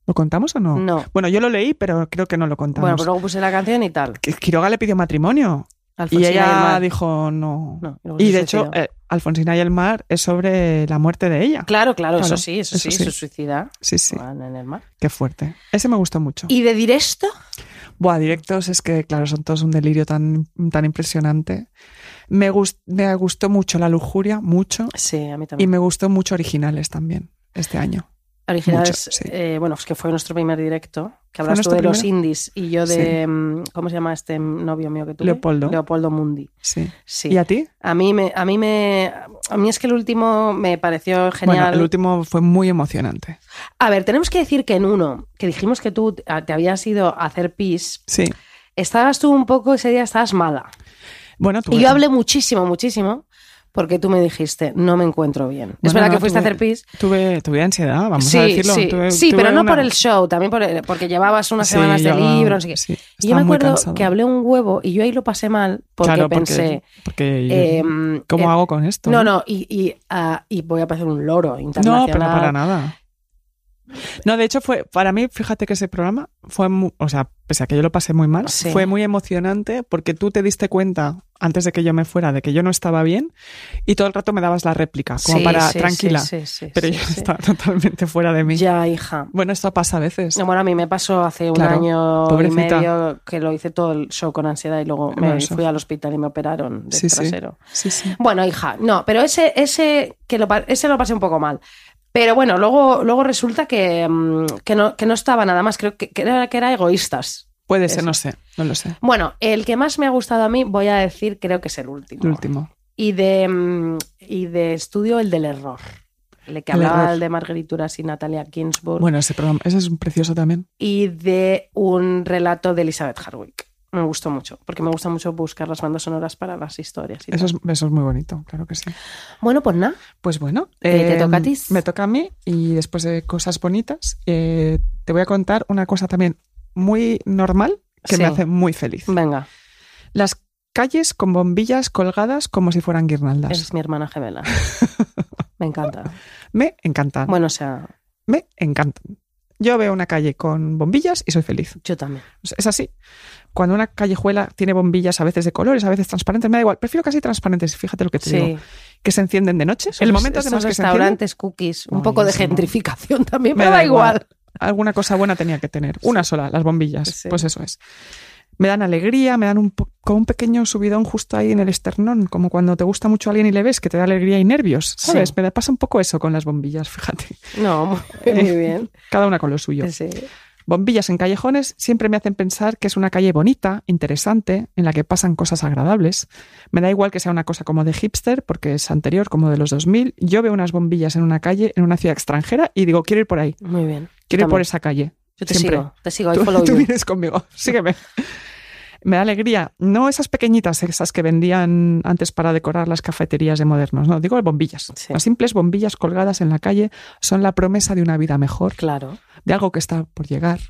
D: ¿Lo contamos o no?
C: No.
D: Bueno, yo lo leí, pero creo que no lo contamos.
C: Bueno, pero luego puse la canción y tal.
D: que Quiroga le pidió matrimonio y
C: Alfonsina y el
D: ella
C: mar.
D: dijo no.
C: No, pues luego se
D: y de
C: suicidó.
D: hecho, eh, Alfonsina y el mar es sobre la muerte de ella.
C: Claro, claro,
D: Claro,
C: eso sí, eso,
D: eso
C: sí,
D: sí.
C: su suicida
D: Sí, sí,
C: en el mar.
D: qué fuerte. Ese me gustó mucho.
C: ¿Y de directo?
D: Buah, directos es que, claro, son todos un delirio tan, tan impresionante. Me, gus- me gustó mucho La Lujuria, mucho.
C: Sí, a mí también.
D: Y me gustó mucho Originales también, este año.
C: Originales,
D: Mucho, sí.
C: eh, bueno, es que fue nuestro primer directo, que hablas tú
D: nuestro
C: de los
D: primero?
C: indies y yo de, mm, ¿cómo se llama este novio mío que tuve?
D: Leopoldo.
C: Leopoldo Mundi.
D: Sí.
C: Sí.
D: ¿Y a ti?
C: A mí me, a mí me, a mí es que el último me pareció genial.
D: Bueno, el último fue muy emocionante.
C: A ver, tenemos que decir que en uno, que dijimos que tú te te habías ido a hacer pis,
D: Sí.
C: estabas tú un poco, ese día estabas mala.
D: Bueno, tú
C: Y yo hablé muchísimo, muchísimo, porque tú me dijiste, no me encuentro bien. es
D: Bueno,
C: verdad
D: no,
C: que fuiste a
D: tuve-
C: hacer pis.
D: Tuve, tuve ansiedad, vamos
C: sí,
D: a decirlo.
C: sí,
D: Tuve-
C: sí
D: tuve
C: pero no
D: una-
C: por el show, también por el- porque llevabas unas
D: Sí,
C: semanas de
D: llevaba-
C: libro, no sé qué.
D: sí,
C: Y yo me
D: estaba muy
C: acuerdo
D: cansada.
C: que hablé un huevo y yo ahí lo pasé mal porque
D: Claro,
C: pensé,
D: porque
C: eh,
D: ¿cómo
C: eh,
D: hago con esto?
C: No, no, y, y, ah, y voy a parecer un loro
D: No,
C: internacional.
D: pero para nada. No, de hecho fue para mí, fíjate que ese programa fue, mu- o sea, pese a que yo lo pasé muy mal,
C: Sí.
D: fue muy emocionante porque tú te diste cuenta antes de que yo me fuera de que yo no estaba bien y todo el rato me dabas la réplica como
C: Sí,
D: para
C: sí,
D: tranquila,
C: sí, sí, sí,
D: pero
C: sí,
D: yo
C: sí.
D: estaba totalmente fuera de mí.
C: Ya, hija.
D: Bueno, esto pasa a veces.
C: No, bueno, a mí me pasó hace un
D: Claro,
C: año
D: pobrecita.
C: y medio que lo hice todo el show con ansiedad y luego
D: Bueno,
C: me
D: eso.
C: fui al hospital y me operaron de
D: sí, sí.
C: trasero.
D: Sí, sí.
C: Bueno, hija, no, pero ese, ese, que lo, pa- ese lo pasé un poco mal. Pero bueno, luego, luego resulta que, mm, que, no, que no estaba nada más, creo que, que era, que era egoístas.
D: Puede ser,
C: Eso.
D: no sé, no lo sé.
C: Bueno, el que más me ha gustado a mí, voy a decir, creo que es el último.
D: El último.
C: Y de, mm, y de estudio, el del error. El que
D: El
C: hablaba
D: error.
C: el de Margarituras y Natalia Ginsburg.
D: Bueno, ese programa, ese es un precioso también.
C: Y de un relato de Elizabeth Hardwick. Me gustó mucho, porque me gusta mucho buscar las bandas sonoras para las historias. y
D: Eso
C: tal.
D: es, eso es muy bonito, claro que sí.
C: Bueno, pues nada.
D: Pues bueno,
C: Eh, te toca a ti.
D: Me toca a mí y después de cosas bonitas, eh, te voy a contar una cosa también muy normal que me
C: Sí.
D: hace muy feliz.
C: Venga,
D: Las calles con bombillas colgadas como si fueran guirnaldas.
C: es mi hermana gemela. Me encanta.
D: Me encantan,
C: Bueno, o sea,
D: me encantan. Yo veo una calle con bombillas y soy feliz.
C: yo también.
D: O sea, Es así. Cuando una callejuela tiene bombillas a veces de colores, a veces transparentes, me da igual. Prefiero casi transparentes, fíjate lo que te digo.
C: Sí.
D: Que se encienden de noche. el
C: de
D: momento además que se encienden,
C: restaurantes, cookies, un poco de
D: Buenísimo.
C: gentrificación también,
D: Me
C: pero
D: da
C: da igual.
D: igual. alguna cosa buena tenía que tener. Una sola, las bombillas.
C: Sí.
D: Pues eso es. Me dan alegría, me dan un, po- como un pequeño subidón justo ahí en el esternón, como cuando te gusta mucho alguien y le ves que te da alegría y nervios, ¿sabes?
C: Sí.
D: Me da- pasa un poco eso con las bombillas, fíjate.
C: No, muy muy bien.
D: Cada una con lo suyo.
C: Sí.
D: Bombillas en callejones siempre me hacen pensar que es una calle bonita, interesante, en la que pasan cosas agradables. Me da igual que sea una cosa como de hipster, porque es anterior, como de los 2000. Yo veo unas bombillas en una calle, en una ciudad extranjera, y digo, quiero ir por ahí,
C: Muy bien.
D: quiero ir por
C: También.
D: esa calle.
C: Yo te
D: siempre.
C: sigo, te sigo, I
D: Tú-
C: follow
D: tú,
C: you.
D: vienes conmigo, sígueme. Me da alegría. No esas pequeñitas, esas que vendían antes para decorar las cafeterías de modernos, no, digo bombillas.
C: Sí.
D: Las simples bombillas colgadas en la calle son la promesa de una vida mejor,
C: Claro,
D: de algo que está por llegar,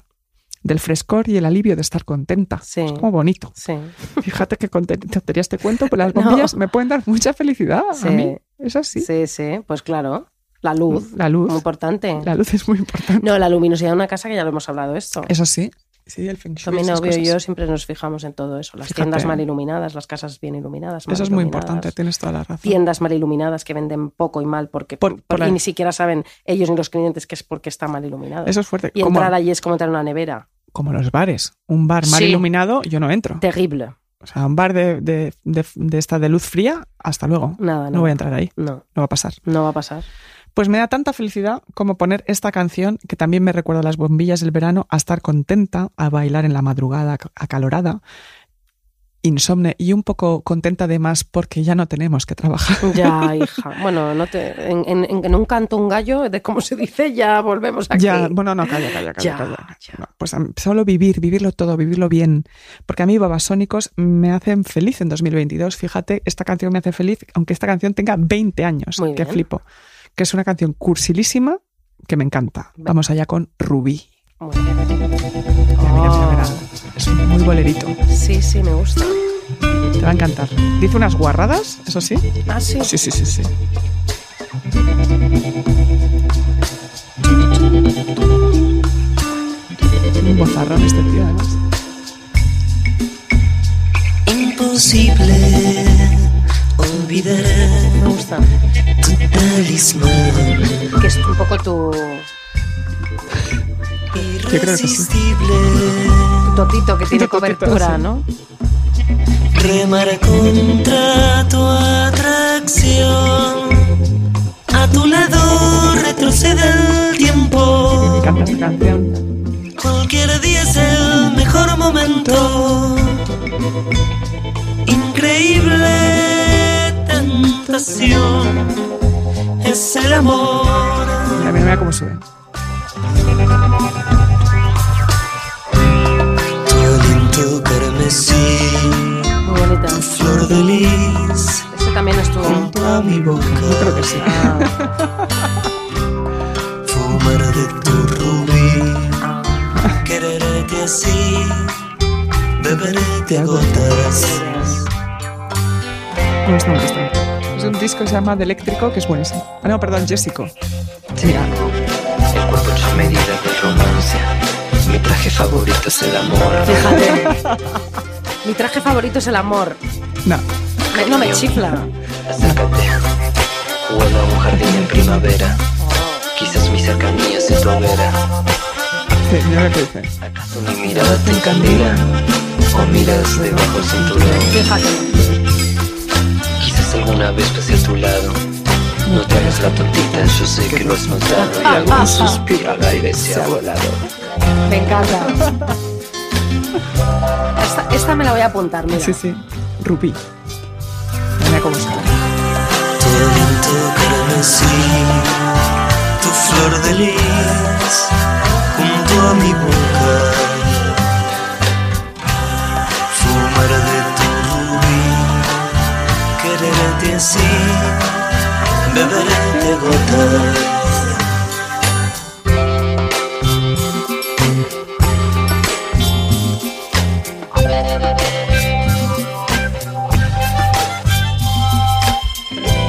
D: del frescor y el alivio de estar contenta.
C: Sí.
D: Es como bonito.
C: sí.
D: Fíjate que contenta te este cuento, pero las
C: No.
D: bombillas me pueden dar mucha felicidad
C: Sí.
D: a mí. Es así.
C: sí. Sí, pues claro. La luz,
D: La luz.
C: muy importante.
D: La luz es muy importante.
C: No, la luminosidad de una casa, que ya lo hemos hablado esto.
D: Eso sí. Sí, el feng shui,
C: Mi
D: esas
C: novio y
D: cosas.
C: yo siempre nos fijamos en todo eso. Las
D: Fíjate.
C: tiendas mal iluminadas, las casas bien iluminadas. mal
D: Eso es muy
C: iluminadas.
D: importante, tienes toda la razón.
C: tiendas mal iluminadas que venden poco y mal porque,
D: Por- por la-
C: y ni siquiera saben ellos ni los clientes que es porque está mal iluminado.
D: Eso es fuerte.
C: y
D: como-
C: entrar allí es como entrar en una nevera.
D: como los bares. Un bar mal
A: Sí.
D: iluminado, yo no entro.
C: Terrible.
D: O sea, un bar de, de- de- de esta de luz fría, hasta luego.
C: Nada,
D: No voy a entrar ahí,
C: No,
D: no va a pasar.
C: no va a pasar.
D: Pues me da tanta felicidad como poner esta canción que también me recuerda a las bombillas del verano, a estar contenta, a bailar en la madrugada ac- acalorada, insomne y un poco contenta además porque ya no tenemos que trabajar.
C: Ya, hija. Bueno, no te, en, en- en- en un canto un gallo, de como se dice, ya volvemos aquí.
D: Ya, bueno, no, calla, calla, calla.
C: Ya,
D: calla.
C: ya.
D: No, pues a mí- solo vivir, vivirlo todo, vivirlo bien. Porque a mí Babasónicos me hacen feliz en 2022. Fíjate, esta canción me hace feliz, aunque esta canción tenga 20 años,
C: Muy
D: que
C: bien.
D: flipo. Que es una canción cursilísima que me encanta. Vamos allá con Rubí.
C: Muy bien.
D: de Miguel
C: Oh.
D: Cervera. Es muy bolerito.
C: Sí, sí, me gusta.
D: Te va a encantar. Dice unas guarradas, eso sí.
C: Ah, sí.
D: Sí, sí, sí, sí. Tiene un bozarrón este tío, además.
G: Imposible olvidar
C: Me gusta.
G: tu talismán
C: Que es un poco tu,
D: Yo creo que sí.
G: irresistible.
C: tu totito que tiene
D: Tu totito,
C: cobertura,
D: sí.
C: ¿no?
G: Remar contra tu atracción. A tu lado retrocede el
D: Me
G: tiempo.
D: encanta esta canción.
G: Cualquier día es el mejor momento. Increíble tentación. Es el amor.
D: Mira, mira, mira cómo sube.
G: Tu aliento carmesí,
C: Muy bonita.
G: flor de lis,
C: Ese también es tu.
G: junto a mi boca.
D: Creo que sí.
C: Ah,
G: Fumar de tu rubí, quererte así, beberete a gotas.
D: Me gusta, me gusta. Es un disco que se llama The Eléctrico, que es buenísimo. Ah, no, perdón, Jessico. Mira,
H: El cuerpo hecho medida del romance. Mi traje favorito es el amor.
C: fíjate. Mi traje favorito es el amor.
D: no.
C: Me- no me chifla.
H: Acércate. Huele a un jardín en primavera. Quizás mi cercanía se tu hoguera.
D: Sí, mira lo que dice.
H: ¿Acaso mi mirada te encandila? ¿O miras debajo del cinturón?
C: Fíjate.
H: Quizás alguna vez pase a tu lado. No te hagas la tontita, yo sé que lo has notado. Y algún suspiro al aire se ha volado.
C: Me encanta. Esta, esta me la voy a apuntar, mira.
D: Sí, sí. Rubí. Mira cómo sube.
G: Tu aliento carmesí, tu flor de lis, junto a mi boca. Fumar de tu rubí, quererte así, beberete a gotas.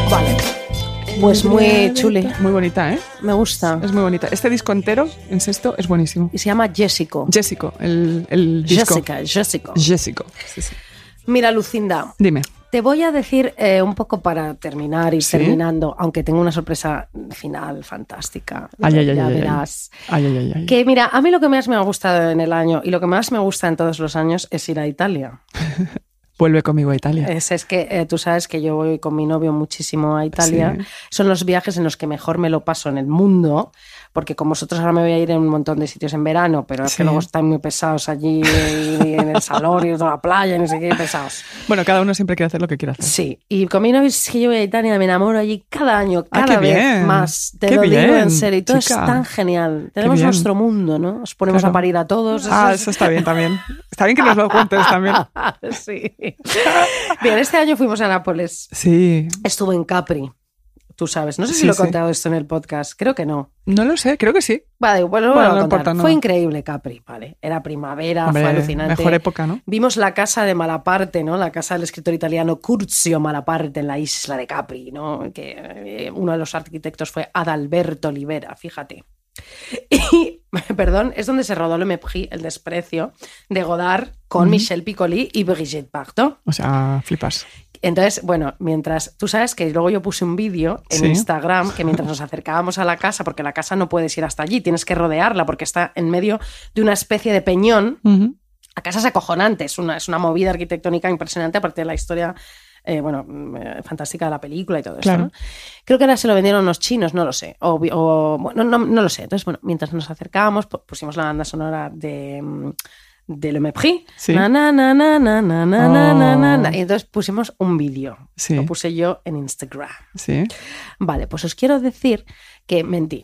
C: Vale. Pues muy chuli.
D: Muy bonita, ¿eh?
C: Me gusta.
D: Es muy bonita. Este disco entero, en sexto, es buenísimo.
C: Y se llama Jessico.
D: Jessico, el, el disco.
C: Jessica, Jessico.
D: Jessico. Sí, sí.
C: Mira, Lucinda,
D: Dime.
C: Te voy a decir eh, un poco para terminar y
D: Sí.
C: terminando, aunque tengo una sorpresa final fantástica.
D: Ay, ay, ay,
C: ya
D: ay, ay.
C: verás.
D: Ay, ay, ay, ay.
C: Que mira, a mí lo que más me ha gustado en el año y lo que más me gusta en todos los años es ir a Italia.
D: Vuelve conmigo a Italia.
C: Es, es que eh, tú sabes que yo voy con mi novio muchísimo a Italia.
D: Sí.
C: Son los viajes en los que mejor me lo paso en el mundo, porque con vosotros ahora me voy a ir en un montón de sitios en verano, pero es
D: Sí.
C: que luego están muy pesados allí y en el salón y en la playa, y no sé qué pesados.
D: Bueno, cada uno siempre quiere hacer lo que quiere hacer.
C: Sí, y con mi novio es que yo voy a Italia, me enamoro allí cada año,
D: Ah,
C: cada
D: qué
C: vez
D: bien,
C: más. Te
D: qué
C: lo digo
D: bien,
C: en serio, y todo
D: chica.
C: es tan genial. Tenemos
D: bien.
C: nuestro mundo, ¿no? Os ponemos
D: Claro.
C: a parir a todos.
D: Ah,
C: es-
D: eso está bien también. Está bien que nos lo cuentes también.
C: sí. Bien, este año fuimos a Nápoles.
D: Sí.
C: Estuvo en Capri, tú sabes. No sé si
D: Sí,
C: lo he
D: sí.
C: contado esto en el podcast, creo que no.
D: No lo sé, creo que sí.
C: Vale, bueno,
D: Bueno,
C: no lo voy a
D: no
C: contar.
D: importa, no.
C: Fue increíble Capri, vale. Era primavera,
D: Hombre,
C: fue Ah, alucinante.
D: mejor época, ¿no?
C: Vimos la casa de Malaparte, ¿no? La casa del escritor italiano Curzio Malaparte en la isla de Capri, ¿no? Que eh, uno de los arquitectos fue Adalberto Olivera, fíjate. Y, perdón, es donde se rodó Le Mépris, El desprecio, de Godard, con Michel Piccoli y Brigitte Bardot.
D: O sea, flipas.
C: Entonces, bueno, mientras tú sabes que luego yo puse un vídeo en
D: Sí.
C: Instagram que mientras nos acercábamos a la casa, porque la casa no puedes ir hasta allí, tienes que rodearla porque está en medio de una especie de peñón.
D: Ujú.
C: La casa es acojonante, es una, es una movida arquitectónica impresionante, aparte de la historia. eh, bueno, mm, eh, fantástica de la película y todo
D: Claro.
C: eso. ¿no? Creo que ahora se lo vendieron los chinos, no lo sé. O, vi- o- bueno, no, no lo sé. Entonces, bueno, mientras nos acercábamos, pu- pusimos la banda sonora de, mm, de Le Mépris.
D: Sí.
C: Na, na, na, na, na, na, na, na, na, na, na.
D: Oh.
C: Y entonces pusimos un vídeo.
D: Sí.
C: Lo puse yo en Instagram.
D: Sí.
C: Vale, pues os quiero decir que mentí.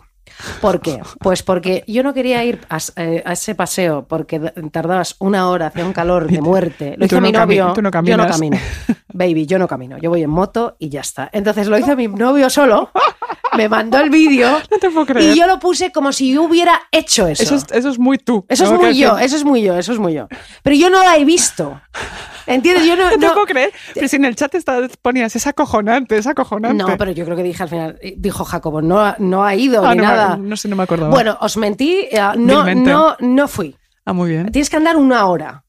C: ¿Por qué? Pues porque yo no quería ir a, s- eh, a ese paseo porque d- tardabas una hora, hacía un calor de muerte. Lo
D: y tú
C: hizo mi
D: no cami-
C: novio.
D: tú no
C: yo no
D: caminas.
C: camino. Baby, yo no camino. Yo voy en moto y ya está. Entonces lo hizo mi novio solo. Me mandó el vídeo.
D: No te puedo creer.
C: Y yo lo puse como si yo hubiera hecho eso.
D: Eso, es, eso es muy tú.
C: Eso es
D: Tengo que
C: muy yo,
D: decir.
C: eso es muy yo, eso es muy yo. Pero yo no la he visto. ¿Entiendes? Yo no.
D: No te
C: no-
D: puedo creer. Pero si en el chat está- ponías, es acojonante, es acojonante.
C: No, pero yo creo que dije al final, eh, dijo Jacobo, no, ha- no ha ido
D: Ah,
C: ni
D: no, me-
C: nada.
D: no sé, no me acordaba.
C: Bueno, os mentí, eh, no,
D: Vilmente.
C: no, no fui.
D: Ah, muy bien.
C: Tienes que andar una hora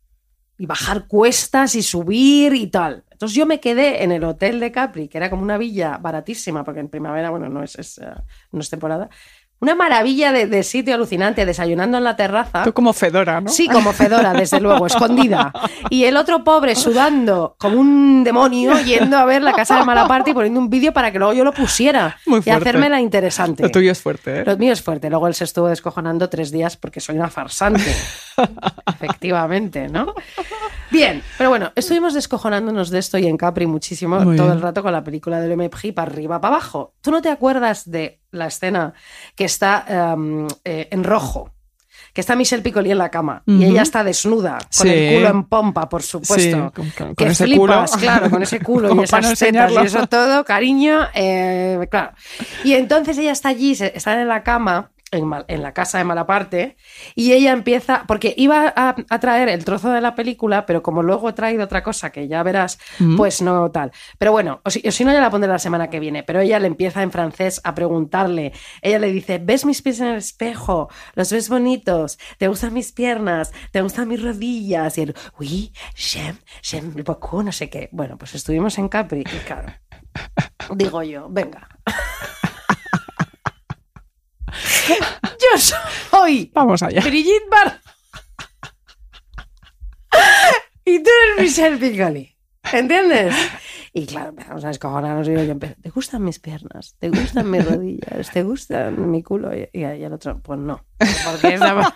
C: y bajar cuestas y subir y tal. Entonces yo me quedé en el hotel de Capri, que era como una villa baratísima, porque en primavera, bueno, no es, es, eh, no es temporada. Una maravilla de, de sitio alucinante, desayunando en la terraza.
D: Tú como Fedora, ¿no?
C: Ah. Sí, como Fedora, desde luego, escondida. Y el otro pobre sudando como un demonio yendo a ver la casa de Malaparte y poniendo un vídeo para que luego yo lo pusiera
D: Muy
C: y
D: fuerte.
C: hacerme la interesante.
D: Lo tuyo es fuerte, ¿eh?
C: Lo mío es fuerte. Luego él se estuvo descojonando tres días porque soy una farsante. Efectivamente, ¿no? Bien, pero bueno, estuvimos descojonándonos de esto y en Capri muchísimo
D: Muy
C: todo
D: bien.
C: el rato con la película del MPG para arriba, para abajo. ¿Tú no te acuerdas de la escena que está em, eh, en rojo? Que está Michelle Piccoli en la cama y
D: Ujú.
C: ella está desnuda, con
D: Sí.
C: el culo en pompa, por supuesto.
D: Sí, con- con-
C: que
D: con ese
C: flipas,
D: culo.
C: claro, con ese culo y
D: Como para no
C: esas tetas y
D: enseñarlo.
C: eso todo, cariño, eh, claro. Y entonces ella está allí, se- está en la cama, en, Mal- en la casa de Malaparte, y ella empieza, porque iba a, a traer el trozo de la película, pero como luego he traído otra cosa que ya verás, pues no tal. Pero bueno, o si, o si no, ya la pondré la semana que viene, pero ella le empieza en francés a preguntarle, ella le dice, ¿ves mis pies en el espejo? ¿Los ves bonitos? ¿Te gustan mis piernas? ¿Te gustan mis rodillas? Y él, oui, j'aime, j'aime beaucoup, no sé qué. Bueno, pues estuvimos en Capri y claro, digo yo, venga. Yo soy
D: Vamos allá.
C: Brigitte Bar. Y tú eres Michelle Piccoli. ¿Entiendes? Y claro, empezamos a descojonarnos y yo empecé, ¿te gustan mis piernas? ¿Te gustan mis rodillas? ¿Te gusta mi culo? Y, y el otro, pues no. Porque, esa-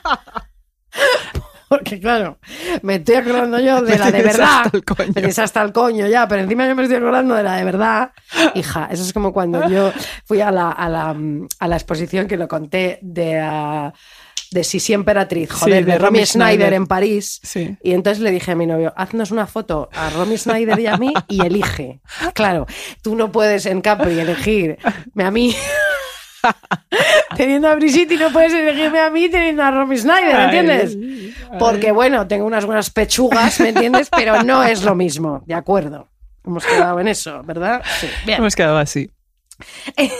C: porque claro, me estoy acordando yo de
D: Me
C: la de
D: tienes
C: verdad.
D: hasta el coño.
C: Me tienes hasta el coño ya, pero encima yo me estoy acordando de la de verdad. Hija, eso es como cuando yo fui a la, a la, mm, a la exposición que lo conté de... ah, de Sisi Emperatriz, joder, de, Romy Schneider, en París.
D: Sí.
C: Y entonces le dije a mi novio, haznos una foto a Romy Schneider y a mí y elige. Claro, tú no puedes en Capri elegir a mí teniendo a Brigitte y no puedes elegirme a mí teniendo a Romy Schneider, ¿entiendes? Porque bueno, tengo unas buenas pechugas, ¿me entiendes? Pero no es lo mismo, ¿de acuerdo? Hemos quedado en eso, ¿verdad? Sí, bien.
D: Hemos quedado así.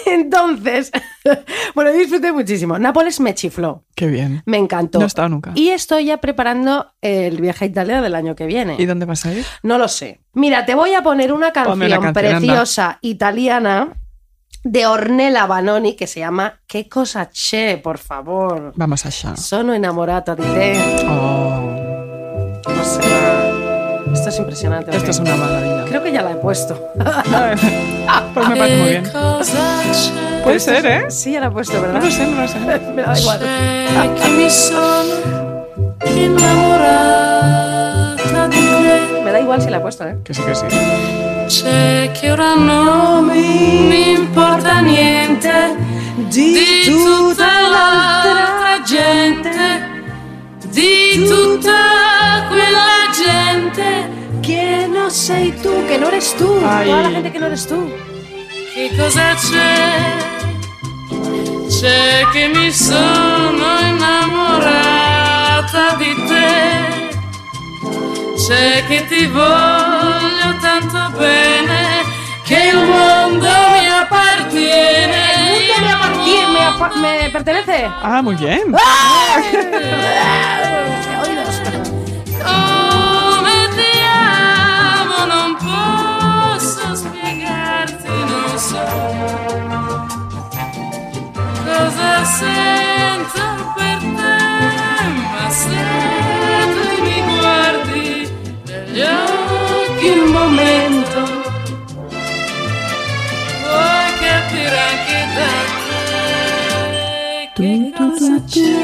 C: Entonces, bueno, disfruté muchísimo. Nápoles me chifló.
D: Qué bien.
C: Me encantó.
D: No he estado nunca.
C: Y estoy ya preparando el viaje a Italia del año que viene.
D: ¿Y dónde vas a ir?
C: No lo sé. Mira, te voy a poner una canción,
D: Ponme una canción, anda.
C: preciosa italiana de Ornella Banoni que se llama ¿Qué cosa che, por favor?
D: Vamos allá.
C: Sono enamorata di te.
D: Oh,
C: No sé. Esto es impresionante. ¿o
D: esto
C: qué?
D: es una maravilla.
C: Creo que ya la he puesto.
D: Pues me parece muy bien. Puede ser, ¿eh?
C: Sí, ya la he puesto,
D: No
C: ¿verdad?
D: lo sé, no lo sé.
C: Me da igual.
B: che mi sono innamorata di te
C: Me da igual si la he puesto, ¿eh?
D: Que sí, que sí.
B: c'è che ora non mi importa niente di tutta l'altra gente di tutta quella gente
C: Que no sei tú, que no eres tú.
D: Ay.
C: Toda la gente que no eres tú.
B: Che cosa c'è? C'è che mi sono innamorata di te. C'è che ti voglio tanto bene che il mondo mi appartiene.
C: ¿Quién me, apar- me apa- me pertenece?
D: Ah, muy bien.
B: Come ti amo non posso
I: senza per te, ma se tu mi guardi negli occhi un momento, puoi capire anche da te che cosa c'è,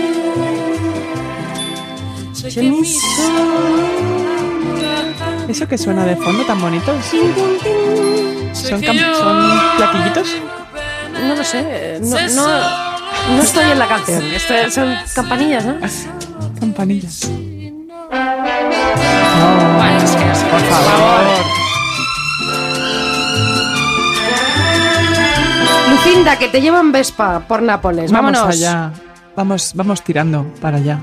I: c'è che mi sono
D: Eso que suena de fondo tan bonito. Son, cam- son platillitos.
C: No lo sé, eh, no, no, no estoy en la canción. Este- son campanillas, ¿no?
D: Campanillas.
C: por favor. Lucinda, que te llevan Vespa por Nápoles.
D: Vamos
C: Vámonos.
D: allá. Vamos, vamos tirando para allá.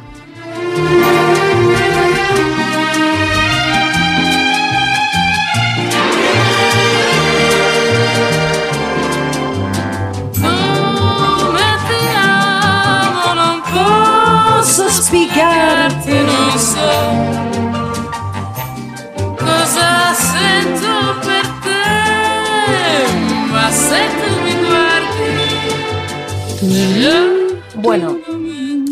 I: Come ti amo, non posso spiegarti, non so cosa sento per te, ma se tu mi guardi,
C: Bueno,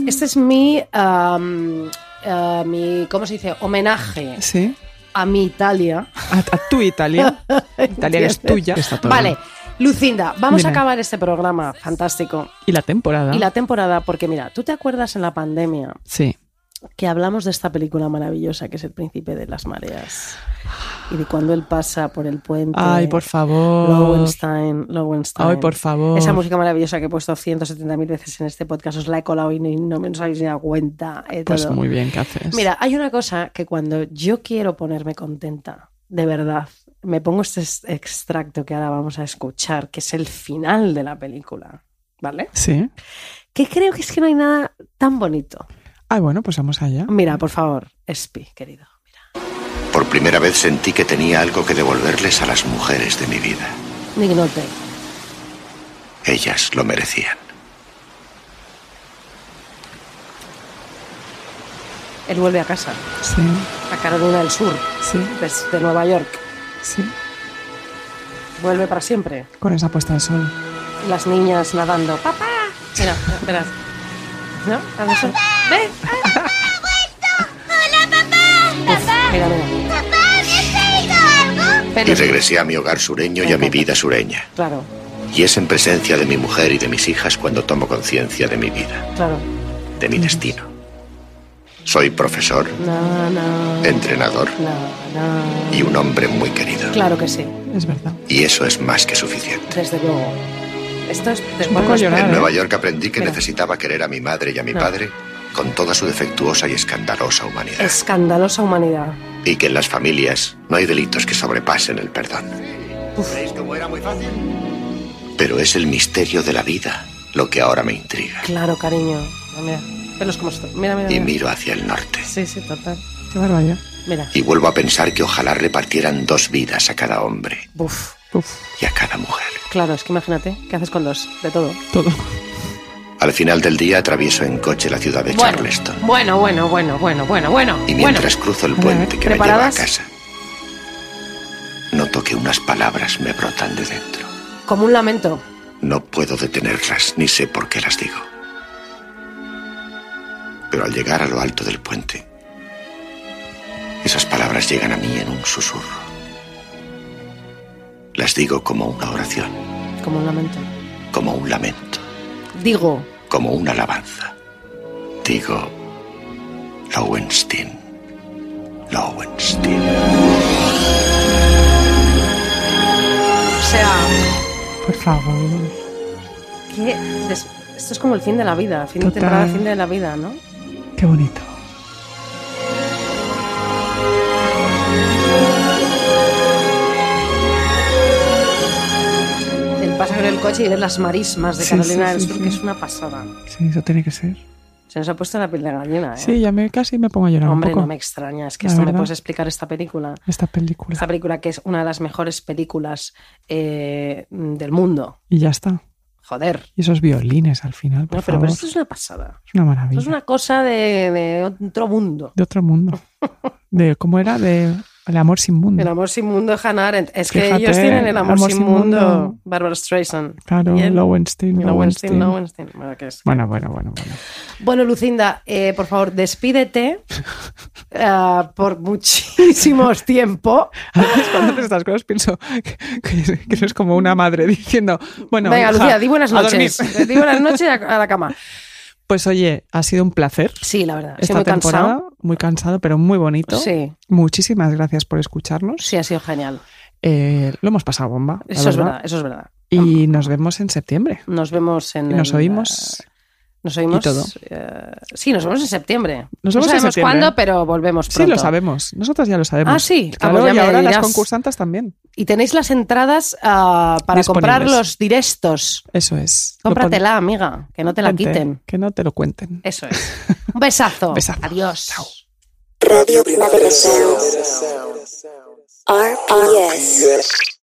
C: este es mi, am, eh, mi, ¿cómo se dice? Homenaje
D: Sí.
C: a mi Italia.
D: A, a tu Italia. Italia es tuya.
C: Vale, Lucinda, vamos
D: Dime.
C: a acabar este programa fantástico
D: Y la temporada.
C: y la temporada, porque mira, tú te acuerdas en la pandemia
D: Sí.
C: que hablamos de esta película maravillosa que es El Príncipe de las Mareas y de cuando él pasa por el puente.
D: Ay, por favor.
C: Lowenstein, Lowenstein.
D: Ay, por favor.
C: Esa música maravillosa que he puesto 170.000 veces en este podcast, os la he colado y no, no me os habéis dado cuenta. eh,
D: Pues
C: todo.
D: muy bien, ¿qué haces?
C: Mira, hay una cosa que cuando yo quiero ponerme contenta, de verdad, me pongo este es- extracto que ahora vamos a escuchar, que es el final de la película, ¿vale?
D: Sí.
C: Que creo que es que no hay nada tan bonito.
D: Ah, bueno, pues vamos allá.
C: Mira, por favor, Espi, querido. Mira.
J: Por primera vez sentí que tenía algo que devolverles a las mujeres de mi vida.
C: Dignote.
J: Ellas lo merecían.
C: Él vuelve a casa,
D: Sí,
C: a Carolina del Sur,
D: sí,
C: desde Nueva York.
D: sí.
C: Vuelve para siempre.
D: Con esa puesta al sol.
C: Y las niñas nadando. ¡Papá! Mira, verás. ¿No? A ver, eso. ¿Ve? Mira, mira.
J: Y
C: Pero,
J: regresé a mi hogar sureño y a mi vida sureña.
C: claro,
J: Y es en presencia de mi mujer y de mis hijas cuando tomo conciencia de mi vida,
C: claro.
J: de mi destino. Soy profesor,
C: No, no.
J: entrenador
C: No, no.
J: y un hombre muy querido.
C: Claro que sí,
D: Es verdad.
J: Y eso es más que suficiente.
C: desde luego. Esto es. te
D: poco
C: pongo-
D: llorar.
J: En
D: Claro.
J: Nueva York aprendí que
C: Mira.
J: necesitaba querer a mi madre y a mi padre con toda su defectuosa y escandalosa
D: ¿eh?
J: humanidad.
C: Escandalosa humanidad.
J: Y que en las familias no hay delitos que sobrepasen el perdón. ¿Veis cómo era muy fácil? Pero es el misterio de la vida lo que ahora me intriga.
C: Claro, cariño. Mira, mira. Pelos como esto. Mira, mira,
J: Y
C: mira.
J: miro hacia el norte.
C: Sí, sí, total.
D: Qué barbaridad.
C: Mira.
J: Y vuelvo a pensar que ojalá repartieran dos vidas a cada hombre
C: Buf.
D: Uf,
J: y a cada mujer.
C: Claro, es que imagínate, ¿qué haces con dos? De todo.
D: todo.
J: Al final del día atravieso en coche la ciudad de Charleston.
C: Bueno, bueno, bueno, bueno, bueno, bueno.
J: Y
C: bueno.
J: mientras cruzo el puente que me lleva a
C: ¿preparadas?
J: casa, noto que unas palabras me brotan de dentro.
C: Como un lamento.
J: No puedo detenerlas, ni sé por qué las digo. Pero al llegar a lo alto del puente, esas palabras llegan a mí en un susurro. Las digo como una oración,
C: Como un lamento.
J: como un lamento,
C: Digo,
J: como una alabanza. Digo, Lowenstein, Lowenstein.
C: o sea,
D: Por favor.
C: que des- esto es como el fin de la vida, fin de
D: Total.
C: temporada, fin de la vida, ¿no?
D: Qué bonito.
C: El pasar el coche y ver las marismas de
D: Sí,
C: Carolina
D: sí,
C: del
D: sí,
C: Sur,
D: sí.
C: que es una pasada.
D: Sí, eso tiene que ser.
C: Se nos ha puesto la piel de gallina, ¿eh?
D: Sí, ya me casi me pongo a llorar
C: Hombre,
D: un poco.
C: no me extraña, es que
D: La
C: esto me
D: verdad.
C: puedes explicar esta película.
D: Esta película.
C: Esta película que es una de las mejores películas eh, del mundo.
D: Y ya está.
C: Joder.
D: Y esos violines al final, por
C: No, pero,
D: favor.
C: pero esto es una pasada.
D: Es una
C: Esto
D: maravilla.
C: es una cosa de, de otro mundo.
D: De otro mundo. De cómo era de El amor sin mundo.
C: El amor sin mundo de Hannah Arendt. Es
D: Mm. Fíjate,
C: que ellos tienen el amor, sin, mundo.
D: mundo.
C: Barbara Streisand.
D: Claro,
C: Y el-
D: Lowenstein.
C: Lowenstein,
D: Lowenstein.
C: Lowenstein. Bueno, que es-
D: Bueno, bueno, bueno, bueno.
C: Bueno, Lucinda, eh, por favor, despídete ah, por muchísimos tiempo.
D: A veces cuando haces estas cosas pienso que, que- que eres como una madre diciendo, bueno,
C: Venga,
D: hija,
C: Lucía, di buenas
D: a dormir.
C: noches. Di buenas noches y a, a la cama.
D: Pues oye, ha sido un placer
C: Sí, la verdad. Estoy
D: esta
C: muy
D: temporada,
C: cansado.
D: muy cansado, pero muy bonito.
C: Sí,
D: Muchísimas gracias por escucharnos.
C: sí, ha sido genial.
D: Eh, lo hemos pasado bomba. la
C: Eso es verdad, eso es verdad.
D: Y nos vemos en septiembre.
C: Nos vemos en.
D: Y nos
C: el, eh,
D: oímos.
C: Nos oímos.
D: Y todo.
C: eh, sí, nos vemos en septiembre.
D: Nos
C: no
D: vemos en
C: sabemos
D: septiembre.
C: cuándo, pero volvemos
D: Sí,
C: pronto.
D: lo sabemos. Nosotras ya lo sabemos.
C: Ah, sí. Ah,
D: Claro,
C: pues ya
D: y
C: me
D: ahora las
C: dirás.
D: concursantes también.
C: Y tenéis las entradas ah, para
D: Disponibles.
C: comprar los directos.
D: Eso es. Lo pon-
C: Cómpratela, amiga, que no te la
D: ponte,
C: quiten.
D: Que no te lo cuenten.
C: Eso es. Un besazo.
D: Besazo.
C: Adiós.
K: Radio Primavera Sound. RPS.